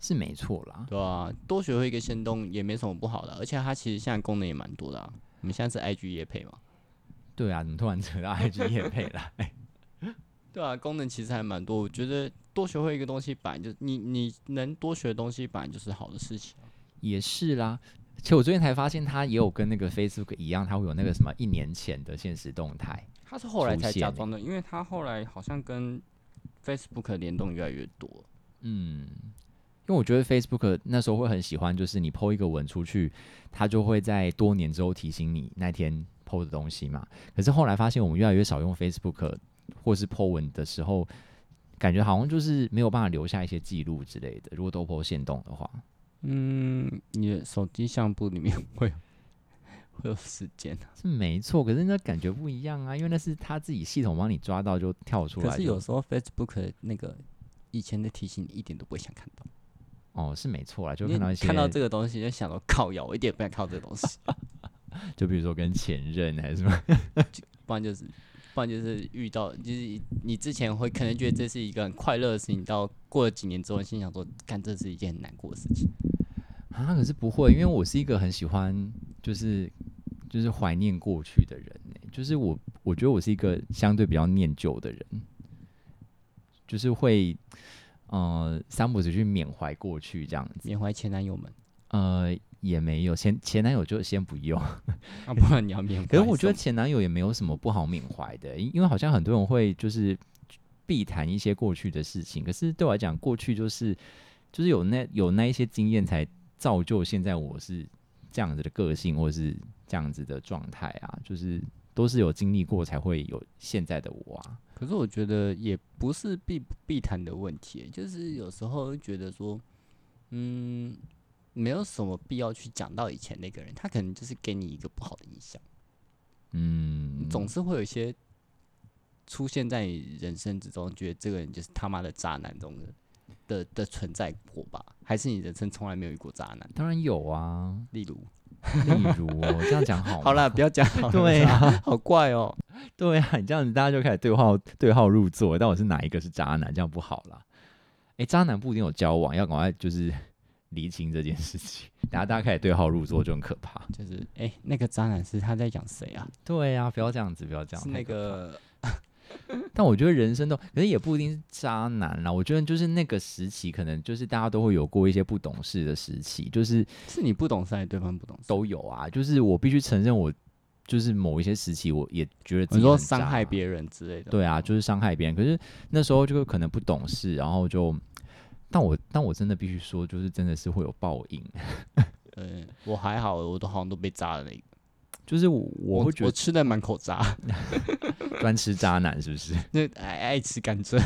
[SPEAKER 1] 是没错啦，
[SPEAKER 2] 对啊，多学会一个线动也没什么不好的，啊而且它其实现在功能也蛮多的、啊。你们现在是 IG 也配嘛？
[SPEAKER 1] 对啊，怎么突然扯到 IG 夜配 啦？
[SPEAKER 2] 对啊，功能其实还蛮多。我觉得多学会一个东西，本来就你你能多学的东西，本来就是好的事情。
[SPEAKER 1] 欸也是啦。其实我最近才发现，它也有跟那个 Facebook 一样，它会有那个什么一年前的现实动态。
[SPEAKER 2] 他是后来
[SPEAKER 1] 出
[SPEAKER 2] 才
[SPEAKER 1] 现
[SPEAKER 2] 加
[SPEAKER 1] 欸
[SPEAKER 2] 装的，因为他后来好像跟 Facebook 的联动越来越多。
[SPEAKER 1] 嗯，因为我觉得 Facebook 那时候会很喜欢，就是你 PO 一个文出去，它就会在多年之后提醒你那天 PO 的东西嘛。可是后来发现我们越来越少用 Facebook 或是 PO 文的时候，感觉好像就是没有办法留下一些记录之类的。如果都 PO 限动的话，
[SPEAKER 2] 嗯，你的手机相簿里面会有 会有时间啊，
[SPEAKER 1] 是没错，可是那感觉不一样啊，因为那是它自己系统帮你抓到就跳出来
[SPEAKER 2] 可
[SPEAKER 1] 就。
[SPEAKER 2] 是有时候 Facebook 的那个以前的提醒你一点都不会想看到，
[SPEAKER 1] 哦，是没错啦，就
[SPEAKER 2] 你
[SPEAKER 1] 看到一些
[SPEAKER 2] 看到这个东西就想到靠腰，我一点也不想看到这个东西，
[SPEAKER 1] 就比如说跟前任还是什么，
[SPEAKER 2] 不然就是不然就是遇到就是你之前会可能觉得这是一个很快乐的事情，到过了几年之后，你心想说，干这是一件很难过的事情。
[SPEAKER 1] 啊，可是不会，因为我是一个很喜欢就是就是怀念过去的人欸、就是我我觉得我是一个相对比较念旧的人，就是会呃三不时去缅怀过去这样子，
[SPEAKER 2] 缅怀前男友们
[SPEAKER 1] 呃也没有前前男友就先不用，
[SPEAKER 2] 啊，不然你要缅怀什
[SPEAKER 1] 可
[SPEAKER 2] 么。
[SPEAKER 1] 是我觉得前男友也没有什么不好缅怀的，因因为好像很多人会就是避谈一些过去的事情，可是对我来讲，过去就是就是有那有那一些经验，才造就现在我是这样子的个性，或是这样子的状态啊，就是都是有经历过才会有现在的我啊。
[SPEAKER 2] 可是我觉得也不是避不避谈的问题，就是有时候会觉得说，嗯，没有什么必要去讲到以前那个人，他可能就是给你一个不好的印象，
[SPEAKER 1] 嗯
[SPEAKER 2] 你，总是会有一些出现在你人生之中，觉得这个人就是他妈的渣男中的的的存在过吧？还是你人生从来没有遇过渣男？
[SPEAKER 1] 当然有啊，
[SPEAKER 2] 例如，
[SPEAKER 1] 例如哦，这样讲好吗？
[SPEAKER 2] 好啦，不要讲好了啦，
[SPEAKER 1] 对啊，
[SPEAKER 2] 好怪哦、
[SPEAKER 1] 对啊，你这样子大家就开始对号对号入座，到底是哪一个是渣男，这样不好啦。哎、渣男不一定有交往，要赶快就是 厘清这件事情，等下大家开始对号入座就很可怕。
[SPEAKER 2] 就是哎、那个渣男是他在讲谁啊？
[SPEAKER 1] 对啊，不要这样子，不要这样，
[SPEAKER 2] 是
[SPEAKER 1] 太
[SPEAKER 2] 那
[SPEAKER 1] 可怕
[SPEAKER 2] 个
[SPEAKER 1] 但我觉得人生都，可是也不一定是渣男啦。我觉得就是那个时期，可能就是大家都会有过一些不懂事的时期，就是
[SPEAKER 2] 是你不懂事，还是对方不懂事？
[SPEAKER 1] 都有啊。就是我必须承认我，就是某一些时期，我也觉得自
[SPEAKER 2] 你
[SPEAKER 1] 己
[SPEAKER 2] 说
[SPEAKER 1] 很
[SPEAKER 2] 伤害
[SPEAKER 1] 渣啊
[SPEAKER 2] 别人之类的，
[SPEAKER 1] 对啊，就是伤害别人。可是那时候就可能不懂事，然后就，但我但我真的必须说，就是真的是会有报应。
[SPEAKER 2] 嗯，我还好，我都好像都被炸了那个。
[SPEAKER 1] 就是我我会觉
[SPEAKER 2] 我
[SPEAKER 1] 得
[SPEAKER 2] 吃的满口渣，
[SPEAKER 1] 专吃渣男是不是？
[SPEAKER 2] 那爱爱吃甘蔗。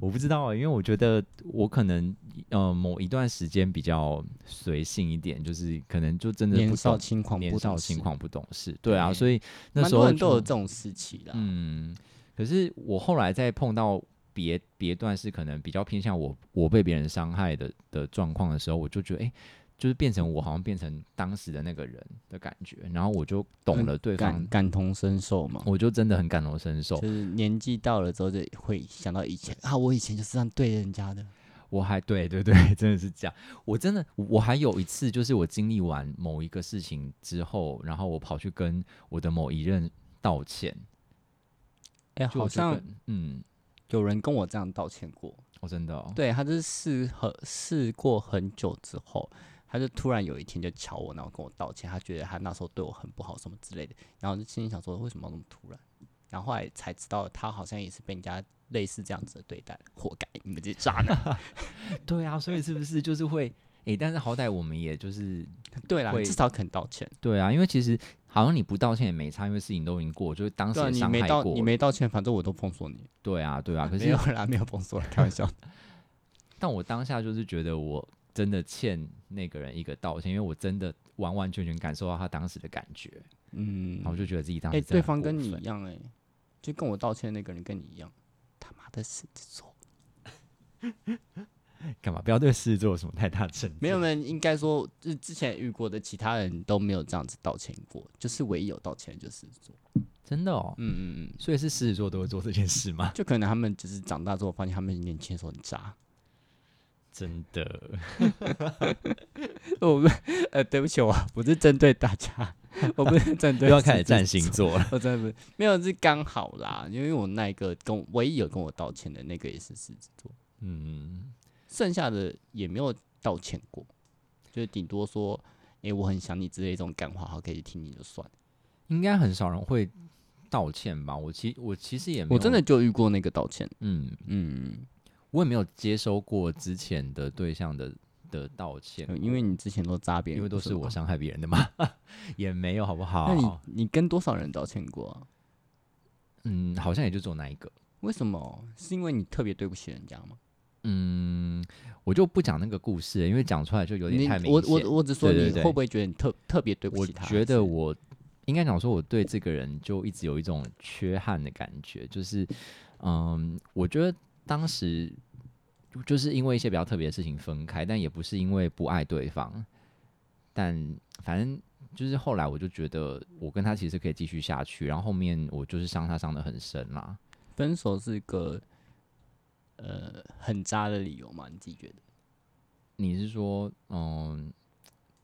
[SPEAKER 1] 我不知道啊，因为我觉得我可能呃某一段时间比较随性一点，就是可能就真的
[SPEAKER 2] 年
[SPEAKER 1] 不
[SPEAKER 2] 少
[SPEAKER 1] 懂
[SPEAKER 2] 轻狂，
[SPEAKER 1] 年少轻，狂不懂事，对啊，
[SPEAKER 2] 对
[SPEAKER 1] 所以那
[SPEAKER 2] 蛮
[SPEAKER 1] 时
[SPEAKER 2] 多
[SPEAKER 1] 候
[SPEAKER 2] 人都有
[SPEAKER 1] 就
[SPEAKER 2] 这种时期啦。
[SPEAKER 1] 嗯，可是我后来再碰到别别段是可能比较偏向我我被别人伤害的的状况的时候，我就觉得哎、诶就是变成我好像变成当时的那个人的感觉，然后我就懂
[SPEAKER 2] 很
[SPEAKER 1] 了对
[SPEAKER 2] 感
[SPEAKER 1] 方，
[SPEAKER 2] 感同身受嘛，
[SPEAKER 1] 我就真的很感同身受
[SPEAKER 2] 就。是年纪到了之后就会想到以前啊，我以前就是这样对人家的。
[SPEAKER 1] 我还对对对，真的是这样。我真的，我还有一次，就是我经历完某一个事情之后，然后我跑去跟我的某一任道歉，
[SPEAKER 2] 哎、
[SPEAKER 1] 就我
[SPEAKER 2] 好
[SPEAKER 1] 就跟
[SPEAKER 2] 像
[SPEAKER 1] 嗯，
[SPEAKER 2] 有人跟我这样道歉过，
[SPEAKER 1] 我、真的、哦，
[SPEAKER 2] 对他就是试和试过很久之后，他就突然有一天就敲我，然后跟我道歉，他觉得他那时候对我很不好什么之类的，然后我就心里想说为什么要那么突然，然后后来才知道他好像也是被人家类似这样子的对待，活该你们这些渣 男。
[SPEAKER 1] 对啊，所以是不是就是会诶、但是好歹我们也就是
[SPEAKER 2] 对啦，
[SPEAKER 1] 会
[SPEAKER 2] 你至少肯道歉，
[SPEAKER 1] 对啊，因为其实好像你不道歉也没差，因为事情都已经过，就是当时
[SPEAKER 2] 对啊，
[SPEAKER 1] 也
[SPEAKER 2] 你
[SPEAKER 1] 伤
[SPEAKER 2] 没
[SPEAKER 1] 害
[SPEAKER 2] 道
[SPEAKER 1] 过
[SPEAKER 2] 你没道歉，反正我都封锁你，
[SPEAKER 1] 对啊，对啊。可
[SPEAKER 2] 没有
[SPEAKER 1] 是，
[SPEAKER 2] 啦，没有 封锁啦，开玩笑。
[SPEAKER 1] 但我当下就是觉得我真的欠那个人一个道歉，因为我真的完完全全感受到他当时的感觉，
[SPEAKER 2] 嗯
[SPEAKER 1] 然后，我就觉得自己当
[SPEAKER 2] 哎、
[SPEAKER 1] 时真的
[SPEAKER 2] 对
[SPEAKER 1] 很
[SPEAKER 2] 方
[SPEAKER 1] 过
[SPEAKER 2] 跟你
[SPEAKER 1] 分
[SPEAKER 2] 一样哎、就跟我道歉的那个人跟你一样，他妈的狮子座。
[SPEAKER 1] 干嘛？不要对狮子座有什么太大成见。
[SPEAKER 2] 没有没有，应该说，就是之前遇过的其他人都没有这样子道歉过，就是唯一有道歉的就是狮子座。
[SPEAKER 1] 真的哦。
[SPEAKER 2] 嗯嗯嗯，
[SPEAKER 1] 所以是狮子座都会做这件事吗？
[SPEAKER 2] 就可能他们只是长大之后发现他们年轻的时候很渣。
[SPEAKER 1] 真的，
[SPEAKER 2] 我们呃，对不起，我不是针对大家，我 不是针
[SPEAKER 1] 又
[SPEAKER 2] 对。
[SPEAKER 1] 要开始占星，座了。
[SPEAKER 2] 我真的不是 没有，是刚好啦，因为我那一个跟我唯一有跟我道歉的那个也是狮子座，
[SPEAKER 1] 嗯，
[SPEAKER 2] 剩下的也没有道歉过，就是顶多说，诶、我很想你之类这种干话，好，可以听你就算。
[SPEAKER 1] 应该很少人会道歉吧？我其我其实也没有
[SPEAKER 2] 我真的就遇过那个道歉，
[SPEAKER 1] 嗯，
[SPEAKER 2] 嗯。
[SPEAKER 1] 我也没有接收过之前的对象的的道歉
[SPEAKER 2] 呃，因为你之前都扎别人，
[SPEAKER 1] 因为都是我啊
[SPEAKER 2] 吗。
[SPEAKER 1] 伤害别人的嘛， 也没有好不好
[SPEAKER 2] 那？你你跟多少人道歉过啊？
[SPEAKER 1] 嗯，好像也就做那一个。
[SPEAKER 2] 为什么？是因为你特别对不起人家吗？
[SPEAKER 1] 嗯，我就不讲那个故事了，因为讲出来就有
[SPEAKER 2] 你
[SPEAKER 1] 点太明
[SPEAKER 2] 我
[SPEAKER 1] 显。
[SPEAKER 2] 我我只说
[SPEAKER 1] 对对
[SPEAKER 2] 你
[SPEAKER 1] 对
[SPEAKER 2] 会不会觉得你特特别对不
[SPEAKER 1] 我
[SPEAKER 2] 起他？
[SPEAKER 1] 觉
[SPEAKER 2] 还
[SPEAKER 1] 得
[SPEAKER 2] 是
[SPEAKER 1] 我应该讲说，我对这个人就一直有一种缺憾的感觉，就是，嗯，我觉得当时就是因为一些比较特别的事情分开，但也不是因为不爱对方，但反正就是后来我就觉得我跟他其实可以继续下去，然后后面我就是伤他伤的很深啦。
[SPEAKER 2] 分手是一个呃很渣的理由嘛？你自己觉得？
[SPEAKER 1] 你是说，嗯，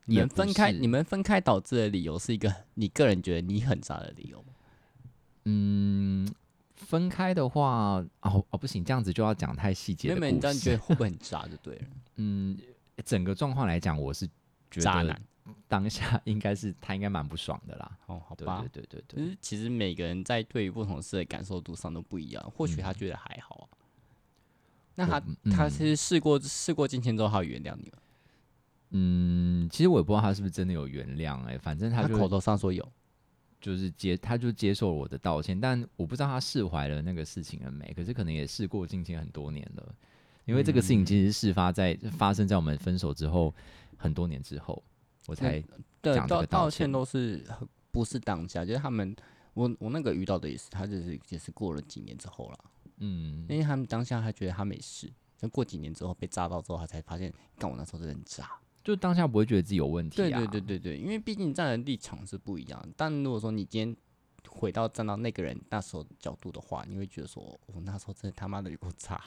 [SPEAKER 2] 你
[SPEAKER 1] 也
[SPEAKER 2] 们
[SPEAKER 1] 不
[SPEAKER 2] 分开，
[SPEAKER 1] 是
[SPEAKER 2] 你们分开导致的理由是一个你个人觉得你很渣的理由吗？
[SPEAKER 1] 嗯，分开的话，哦哦，不行，这样子就要讲太细节的
[SPEAKER 2] 没有
[SPEAKER 1] 故事。
[SPEAKER 2] 没有，你这样觉得会不会很渣就对了，
[SPEAKER 1] 嗯，整个状况来讲，我是 觉
[SPEAKER 2] 渣
[SPEAKER 1] 得
[SPEAKER 2] 男。
[SPEAKER 1] 当下应该是他应该蛮不爽的啦。
[SPEAKER 2] 哦，好
[SPEAKER 1] 对
[SPEAKER 2] 吧。
[SPEAKER 1] 对对对
[SPEAKER 2] 就
[SPEAKER 1] 对，
[SPEAKER 2] 是其实每个人在对于不同事的感受度上都不一样，或许他觉得还好啊。那他、
[SPEAKER 1] 嗯
[SPEAKER 2] 他是试过事过境迁之后，他有原谅你吗？
[SPEAKER 1] 嗯，其实我也不知道他是不是真的有原谅哎、反正
[SPEAKER 2] 他
[SPEAKER 1] 就
[SPEAKER 2] 口头上说有，
[SPEAKER 1] 就是接，他就接受了我的道歉，但我不知道他释怀了那个事情了没。可是可能也事过境迁很多年了，因为这个事情
[SPEAKER 2] 嗯
[SPEAKER 1] 其实事发在、发生在我们分手之后很多年之后，我才
[SPEAKER 2] 对，
[SPEAKER 1] 讲这
[SPEAKER 2] 道
[SPEAKER 1] 个道
[SPEAKER 2] 道歉
[SPEAKER 1] 歉
[SPEAKER 2] 都是很不是当下，就是他们我我那个遇到的也是，他就是也是过了几年之后啦，
[SPEAKER 1] 嗯
[SPEAKER 2] 因为他们当下他觉得他没事，但过几年之后被炸到之后，他才发现，干我那时候真的很渣。
[SPEAKER 1] 就当下不会觉得自己有问题
[SPEAKER 2] 对
[SPEAKER 1] 啊。
[SPEAKER 2] 对对对对，因为毕竟站的立场是不一样。但如果说你今天回到站到那个人那时候角度的话，你会觉得说，哦我那时候真的他妈的有够差。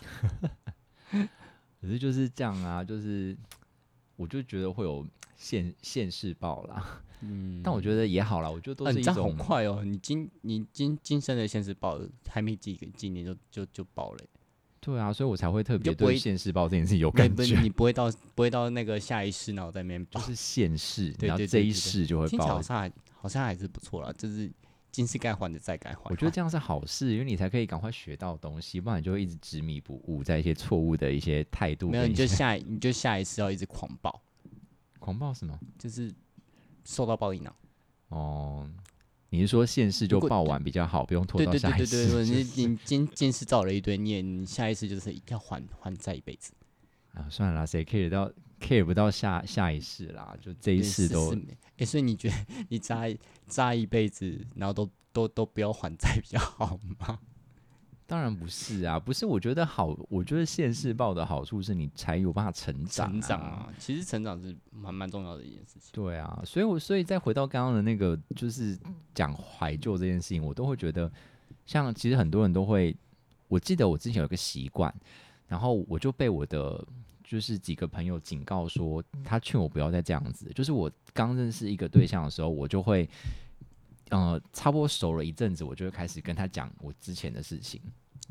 [SPEAKER 1] 可是就是这样啊，就是我就觉得会有现现世报啦。
[SPEAKER 2] 嗯，
[SPEAKER 1] 但我觉得也好啦，我觉得都
[SPEAKER 2] 啊，
[SPEAKER 1] 是
[SPEAKER 2] 你
[SPEAKER 1] 一
[SPEAKER 2] 这样好
[SPEAKER 1] 种、
[SPEAKER 2] 快哦！你今你今今生的现实报还没几个几年就就就爆了欸，
[SPEAKER 1] 对啊，所以我才会特
[SPEAKER 2] 你就
[SPEAKER 1] 别
[SPEAKER 2] 不会
[SPEAKER 1] 对现世报这件事情有
[SPEAKER 2] 没
[SPEAKER 1] 感
[SPEAKER 2] 不
[SPEAKER 1] 觉，
[SPEAKER 2] 你不会到不会到那个下一世脑袋里面
[SPEAKER 1] 就
[SPEAKER 2] 爆，
[SPEAKER 1] 是现世，
[SPEAKER 2] 对
[SPEAKER 1] 然后
[SPEAKER 2] 对对
[SPEAKER 1] 这
[SPEAKER 2] 对
[SPEAKER 1] 一
[SPEAKER 2] 对
[SPEAKER 1] 世就会
[SPEAKER 2] 听起来
[SPEAKER 1] 报
[SPEAKER 2] 好。像还好像还是不错啦，就是今世该还的再该还。
[SPEAKER 1] 我觉得这样是好事，因为你才可以赶快学到东西，不然你就会一直执迷不悟在一些错误的一些态度
[SPEAKER 2] 没有，
[SPEAKER 1] 跟
[SPEAKER 2] 你
[SPEAKER 1] 一
[SPEAKER 2] 就
[SPEAKER 1] 些
[SPEAKER 2] 下一你就下一次要一直狂爆，
[SPEAKER 1] 狂暴什么？
[SPEAKER 2] 就是受到啊暴力脑。
[SPEAKER 1] 哦，你是说现世就
[SPEAKER 2] 如果
[SPEAKER 1] 报完比较好，不用拖
[SPEAKER 2] 对
[SPEAKER 1] 到
[SPEAKER 2] 对对
[SPEAKER 1] 下一
[SPEAKER 2] 对对，
[SPEAKER 1] 世
[SPEAKER 2] 对你你今今世造了一堆孽，你下一次就是要还还债一辈子。
[SPEAKER 1] 啊？算了啦，谁 care 得到 care 不到下下一世啦？就这一
[SPEAKER 2] 对
[SPEAKER 1] 世
[SPEAKER 2] 是
[SPEAKER 1] 都
[SPEAKER 2] 是没哎，所以你觉得 你扎一扎一辈子，然后都都都不要还债比较好吗？
[SPEAKER 1] 当然不是啊，不是。我觉得好，我觉得现世报的好处是你才有办法成长、
[SPEAKER 2] 成长。啊，其实成长是蛮蛮重要的一件事情。
[SPEAKER 1] 对啊，所以我所以再回到刚刚的那个，就是讲怀旧这件事情，我都会觉得，像其实很多人都会，我记得我之前有个习惯，然后我就被我的就是几个朋友警告说，他劝我不要再这样子。就是我刚认识一个对象的时候，我就会，呃，差不多熟了一阵子，我就会开始跟他讲我之前的事情。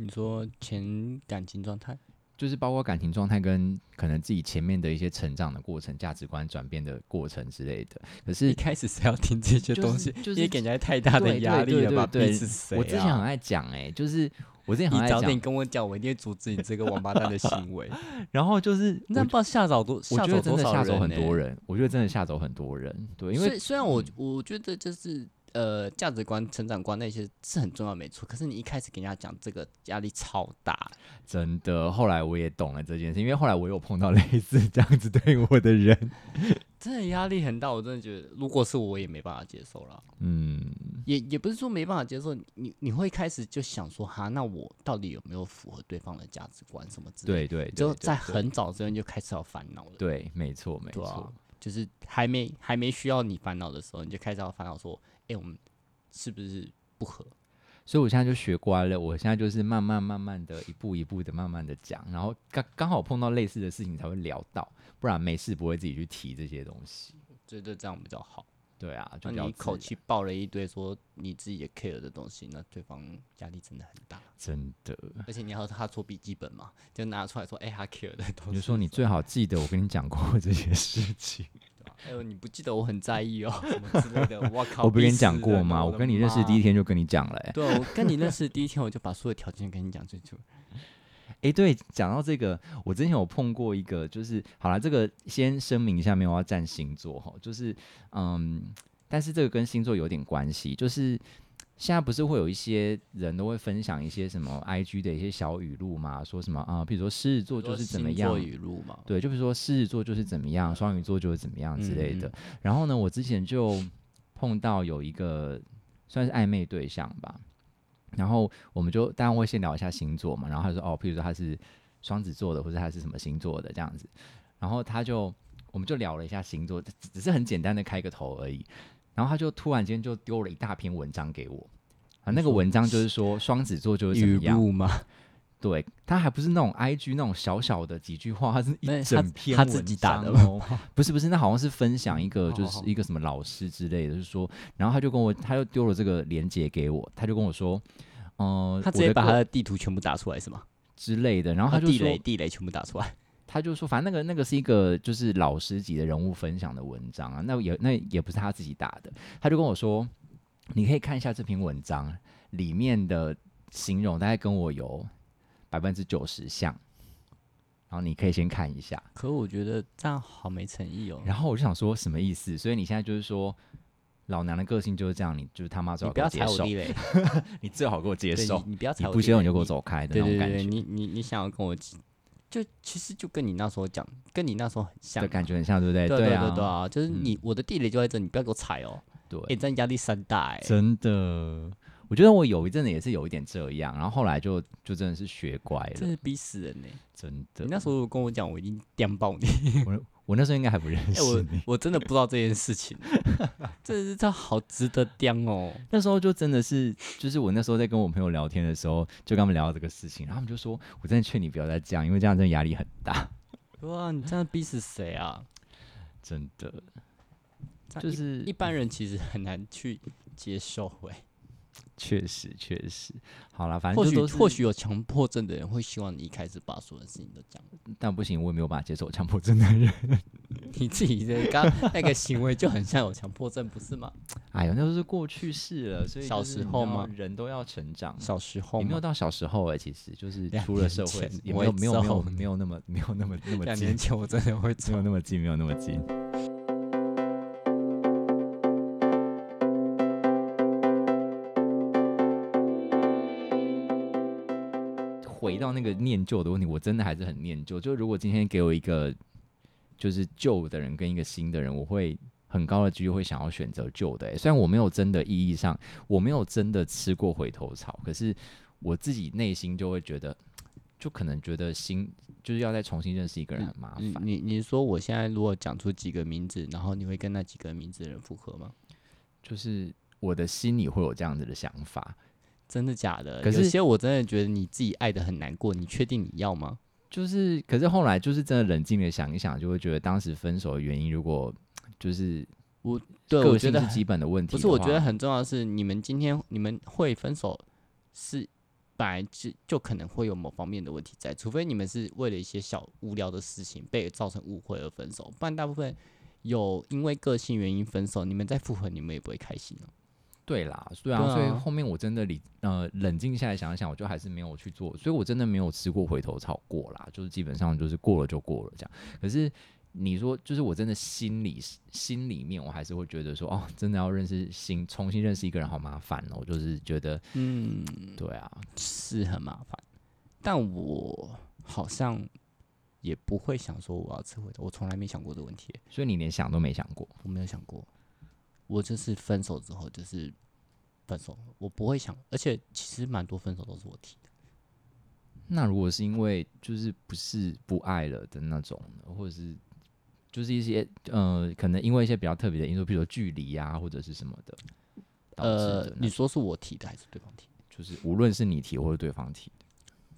[SPEAKER 2] 你说前感情状态，
[SPEAKER 1] 就是包括感情状态跟可能自己前面的一些成长的过程、价值观转变的过程之类的。可
[SPEAKER 2] 一
[SPEAKER 1] 是
[SPEAKER 2] 开始谁要听这些
[SPEAKER 1] 就
[SPEAKER 2] 东
[SPEAKER 1] 是
[SPEAKER 2] 西？
[SPEAKER 1] 就是
[SPEAKER 2] 也给人家太大的
[SPEAKER 1] 对对
[SPEAKER 2] 压力
[SPEAKER 1] 对
[SPEAKER 2] 了吧？
[SPEAKER 1] 对
[SPEAKER 2] 逼
[SPEAKER 1] 对
[SPEAKER 2] 死谁啊？
[SPEAKER 1] 我之前很爱讲哎、就是我之前很
[SPEAKER 2] 你
[SPEAKER 1] 爱
[SPEAKER 2] 早点
[SPEAKER 1] 讲，
[SPEAKER 2] 跟我讲，我一定会阻止你这个王八蛋的行 为。
[SPEAKER 1] 然后就是
[SPEAKER 2] 那不知道吓走多，
[SPEAKER 1] 我我
[SPEAKER 2] 吓
[SPEAKER 1] 觉得
[SPEAKER 2] 走
[SPEAKER 1] 真
[SPEAKER 2] 多
[SPEAKER 1] 的
[SPEAKER 2] 少
[SPEAKER 1] 吓走
[SPEAKER 2] 人欸
[SPEAKER 1] 很
[SPEAKER 2] 呢
[SPEAKER 1] 多人，我觉得真的吓走很多人。对，因为
[SPEAKER 2] 虽虽然我我觉得就是呃价值观、成长观那些是很重要，没错。可是你一开始给人家讲这个压力超大，
[SPEAKER 1] 真的后来我也懂了这件事，因为后来我有碰到类似这样子对我的 人，
[SPEAKER 2] 真的压力很大。我真的觉得，如果是我，我也没办法接受了。
[SPEAKER 1] 嗯，
[SPEAKER 2] 也也不是说没办法接受，你你会开始就想说，哈，那我到底有没有符合对方的价值观什么之类
[SPEAKER 1] 对
[SPEAKER 2] 的？
[SPEAKER 1] 对，对
[SPEAKER 2] 就
[SPEAKER 1] 对
[SPEAKER 2] 在
[SPEAKER 1] 对
[SPEAKER 2] 很早之前就开始要烦恼了。
[SPEAKER 1] 对，没错没
[SPEAKER 2] 对
[SPEAKER 1] 错
[SPEAKER 2] 啊，，就是还没还没需要你烦恼的时候，你就开始要烦恼说，哎、我们是不是不合？
[SPEAKER 1] 所以我现在就学乖了，我现在就是慢慢慢慢的，一步一步的慢慢的讲，然后刚刚好碰到类似的事情才会聊到，不然没事不会自己去提这些东西。
[SPEAKER 2] 觉得这样比较好。
[SPEAKER 1] 对啊，就
[SPEAKER 2] 那
[SPEAKER 1] 比较
[SPEAKER 2] 哦你一口
[SPEAKER 1] 自
[SPEAKER 2] 气爆了一堆说你自己也 care 的东西，那对方压力真的很大。
[SPEAKER 1] 真的。
[SPEAKER 2] 而且你要他做笔记本嘛，就拿出来说，哎、他 care 的东
[SPEAKER 1] 你
[SPEAKER 2] 西。
[SPEAKER 1] 就说你最好记得我跟你讲过这些事 情，
[SPEAKER 2] 哎呦，你不记得我很在意哦，什么之类 的。我靠，
[SPEAKER 1] 我不跟
[SPEAKER 2] 逼
[SPEAKER 1] 你
[SPEAKER 2] 死
[SPEAKER 1] 讲过
[SPEAKER 2] 人
[SPEAKER 1] 吗？
[SPEAKER 2] 了
[SPEAKER 1] 我
[SPEAKER 2] 的
[SPEAKER 1] 跟你认识第一
[SPEAKER 2] 妈，
[SPEAKER 1] 天就跟你讲了、 欸。
[SPEAKER 2] 对啊我跟你认识第一天，我就把所有条件跟你讲清楚。
[SPEAKER 1] 诶，对，讲到这个，我之前有碰过一个，就是好了，这个先声明一下，没有要占星座哈，就是嗯，但是这个跟星座有点关系，就是现在不是会有一些人都会分享一些什么 IG 的一些小语录嘛，说什么啊、比如说狮子座就是怎么样啊
[SPEAKER 2] 星座，语录嘛，
[SPEAKER 1] 对，就比如说狮子座就是怎么样，双鱼座就是怎么样之类的。
[SPEAKER 2] 嗯
[SPEAKER 1] 然后呢，我之前就碰到有一个算是暧昧对象吧，然后我们就当然会先聊一下星座嘛，然后他就说哦，譬如说他是双子座的，或者他是什么星座的这样子，然后他就我们就聊了一下星座，只只是很简单的开个头而已。然后他就突然间就丢了一大篇文章给我，啊，那个文章就是说双子座就是怎
[SPEAKER 2] 语
[SPEAKER 1] 么样，
[SPEAKER 2] 录嘛，
[SPEAKER 1] 对，他还不是那种 IG 那种小小的几句话，他是
[SPEAKER 2] 那
[SPEAKER 1] 一
[SPEAKER 2] 他
[SPEAKER 1] 整篇
[SPEAKER 2] 他自己打的哦
[SPEAKER 1] 文章哦， 不是不是，那好像是分享一个
[SPEAKER 2] 好好
[SPEAKER 1] 就是一个什么老师之类的，就是说，然后他就跟我，他就丢了这个链接给我，他就跟我说，呃，
[SPEAKER 2] 他直
[SPEAKER 1] 我
[SPEAKER 2] 接
[SPEAKER 1] 的
[SPEAKER 2] 把
[SPEAKER 1] 个
[SPEAKER 2] 他的地图全部打出来是吗？
[SPEAKER 1] 之类的，然后他
[SPEAKER 2] 啊
[SPEAKER 1] 就
[SPEAKER 2] 地
[SPEAKER 1] 说
[SPEAKER 2] 雷，地雷全部打出来，
[SPEAKER 1] 他就说，反正那个那个是一个就是老师级的人物分享的文章啊，那也那也不是他自己打的，他就跟我说，你可以看一下这篇文章里面的形容，大概跟我有百分之九十像，然后你可以先看一下，
[SPEAKER 2] 可我觉得这样好没诚意哦。
[SPEAKER 1] 然后我就想说什么意思？所以你现在就是说。老娘的个性就是这样，你就是他妈最
[SPEAKER 2] 你
[SPEAKER 1] 好
[SPEAKER 2] 不
[SPEAKER 1] 给
[SPEAKER 2] 要
[SPEAKER 1] 我接
[SPEAKER 2] 踩我
[SPEAKER 1] 受，
[SPEAKER 2] 地 雷，
[SPEAKER 1] 你最好给我接
[SPEAKER 2] 对
[SPEAKER 1] 受
[SPEAKER 2] 你，你不要踩
[SPEAKER 1] 你
[SPEAKER 2] 我
[SPEAKER 1] 不
[SPEAKER 2] 地
[SPEAKER 1] 接受
[SPEAKER 2] 雷
[SPEAKER 1] 你就给我
[SPEAKER 2] 你
[SPEAKER 1] 走开的那
[SPEAKER 2] 对对
[SPEAKER 1] 种
[SPEAKER 2] 对
[SPEAKER 1] 感
[SPEAKER 2] 对，
[SPEAKER 1] 觉，
[SPEAKER 2] 你你你想要跟我讲，就其实就跟你那时候讲，跟你那时候很像
[SPEAKER 1] 的
[SPEAKER 2] 啊，
[SPEAKER 1] 感觉很像，对不对？
[SPEAKER 2] 对对对
[SPEAKER 1] 啊，
[SPEAKER 2] 啊，就是你我的地雷就在这，你不要给我踩哦，
[SPEAKER 1] 对
[SPEAKER 2] 哎，，你这样压力山大哎，
[SPEAKER 1] 真的，我觉得我有一阵子也是有一点这样，然后后来就就真的是学乖
[SPEAKER 2] 真
[SPEAKER 1] 了，
[SPEAKER 2] 是逼死人呢。
[SPEAKER 1] 真
[SPEAKER 2] 你
[SPEAKER 1] 的。
[SPEAKER 2] 那时候如果跟我讲，我已经电爆你，
[SPEAKER 1] 我那时候应该还不认
[SPEAKER 2] 哎，
[SPEAKER 1] 识
[SPEAKER 2] 我
[SPEAKER 1] 你，
[SPEAKER 2] 我真的不知道这件事情，真的是这好值得电哦。
[SPEAKER 1] 那时候就真的是，就是我那时候在跟我朋友聊天的时候，就跟他们聊到这个事情，然后他们就说，我真的劝你不要再这样，因为这样真的压力很大。
[SPEAKER 2] 哇，你这样逼死谁啊？
[SPEAKER 1] 真的
[SPEAKER 2] 这样
[SPEAKER 1] 就
[SPEAKER 2] 一
[SPEAKER 1] 是
[SPEAKER 2] 一般人其实很难去接受哎、
[SPEAKER 1] 确实确实。好啦，反正
[SPEAKER 2] 或
[SPEAKER 1] 就
[SPEAKER 2] 许
[SPEAKER 1] 都是
[SPEAKER 2] 或许有强迫症的人会希望你一开始把所有的事情都讲了，
[SPEAKER 1] 但不行，我也没有办法接受强迫症的人。
[SPEAKER 2] 你自己的刚那个行为就很像有强迫症，不是吗？
[SPEAKER 1] 哎呦，那都是过去式了，所以
[SPEAKER 2] 小
[SPEAKER 1] 就是
[SPEAKER 2] 时
[SPEAKER 1] 你
[SPEAKER 2] 候
[SPEAKER 1] 知道
[SPEAKER 2] 吗
[SPEAKER 1] 人都要成长。
[SPEAKER 2] 小时候
[SPEAKER 1] 也没有
[SPEAKER 2] 嘛，
[SPEAKER 1] 到小时候哎、其实就是
[SPEAKER 2] 两
[SPEAKER 1] 出了
[SPEAKER 2] 年
[SPEAKER 1] 社会
[SPEAKER 2] 前，
[SPEAKER 1] 也
[SPEAKER 2] 我
[SPEAKER 1] 没有
[SPEAKER 2] 也
[SPEAKER 1] 没有没有
[SPEAKER 2] 揍
[SPEAKER 1] 没有那么没有那么那么
[SPEAKER 2] 两
[SPEAKER 1] 近
[SPEAKER 2] 年，前我真的会
[SPEAKER 1] 没有
[SPEAKER 2] 做。
[SPEAKER 1] 那么近，没有那么近。回到那个念旧的问题，我真的还是很念旧。就如果今天给我一个就是旧的人跟一个新的人，我会很高的几率会想要选择旧的、欸。虽然我没有真的意义上，我没有真的吃过回头草，可是我自己内心就会觉得，就可能觉得新就是要再重新认识一个人很麻
[SPEAKER 2] 你
[SPEAKER 1] 烦。
[SPEAKER 2] 你你说我现在如果讲出几个名字，然后你会跟那几个名字的人复合吗？
[SPEAKER 1] 就是我的心里会有这样子的想法，
[SPEAKER 2] 真的假的？
[SPEAKER 1] 可
[SPEAKER 2] 有
[SPEAKER 1] 是
[SPEAKER 2] 些我真的觉得你自己爱的很难过，你确定你要吗？
[SPEAKER 1] 就是可是后来就是真的冷静的想一想，就会觉得当时分手的原因，如果就是
[SPEAKER 2] 对，
[SPEAKER 1] 个
[SPEAKER 2] 呃我觉
[SPEAKER 1] 性
[SPEAKER 2] 得
[SPEAKER 1] 是
[SPEAKER 2] 很
[SPEAKER 1] 基本的问题
[SPEAKER 2] 不
[SPEAKER 1] 的
[SPEAKER 2] 是，
[SPEAKER 1] 话
[SPEAKER 2] 我觉得很重要的是，你们今天你们会分手是本来就就可能会有某方面的问题在，除非你们是为了一些小无聊的事情被造成误会而分手，不然大部分有因为个性原因分手，你们再复合，你们也不会开心、啊。
[SPEAKER 1] 对啦，对啊，
[SPEAKER 2] 对啊
[SPEAKER 1] 所以后面我真的理呃冷静下来想一想，我就还是没有去做，所以我真的没有吃过回头草过啦，就是基本上就是过了就过了这样。可是你说，就是我真的心里心里面，我还是会觉得说，哦，真的要认识新重新认识一个人好麻烦哦，就是觉得
[SPEAKER 2] 嗯，
[SPEAKER 1] 对啊，
[SPEAKER 2] 是很麻烦，但我好像也不会想说我要吃回头，我从来没想过这个问题，
[SPEAKER 1] 所以你连想都没想过。
[SPEAKER 2] 我没有想过，我就是分手之后就是分手，我不会想，而且其实蛮多分手都是我提的。
[SPEAKER 1] 那如果是因为就是不是不爱了的那种呢，或者是就是一些呃，可能因为一些比较特别的因素，比如说距离啊，或者是什么的，导致
[SPEAKER 2] 呃
[SPEAKER 1] 的，那
[SPEAKER 2] 你说是我提的还是对方提的？
[SPEAKER 1] 就是无论是你提或者对方提的，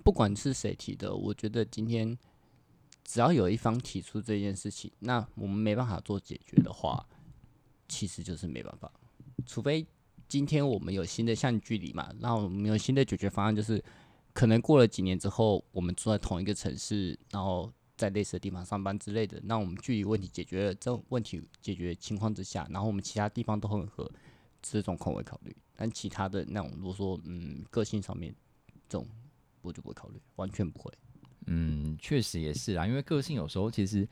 [SPEAKER 2] 不管是谁提的，我觉得今天只要有一方提出这件事情，那我们没办法做解决的话，其实就是没办法，除非今天我们有新的像距离嘛，那我们有新的解决方案，就是可能过了几年之后，我们住在同一个城市，然后在类似的地方上班之类的，那我们距离问题解决了，这种问题解决情况之下，然后我们其他地方都很合，这种可能会考虑，但其他的那种如果说嗯个性上面这种。我就不会考虑，完全不会。
[SPEAKER 1] 嗯，确实也是啦，因为个性有时候其实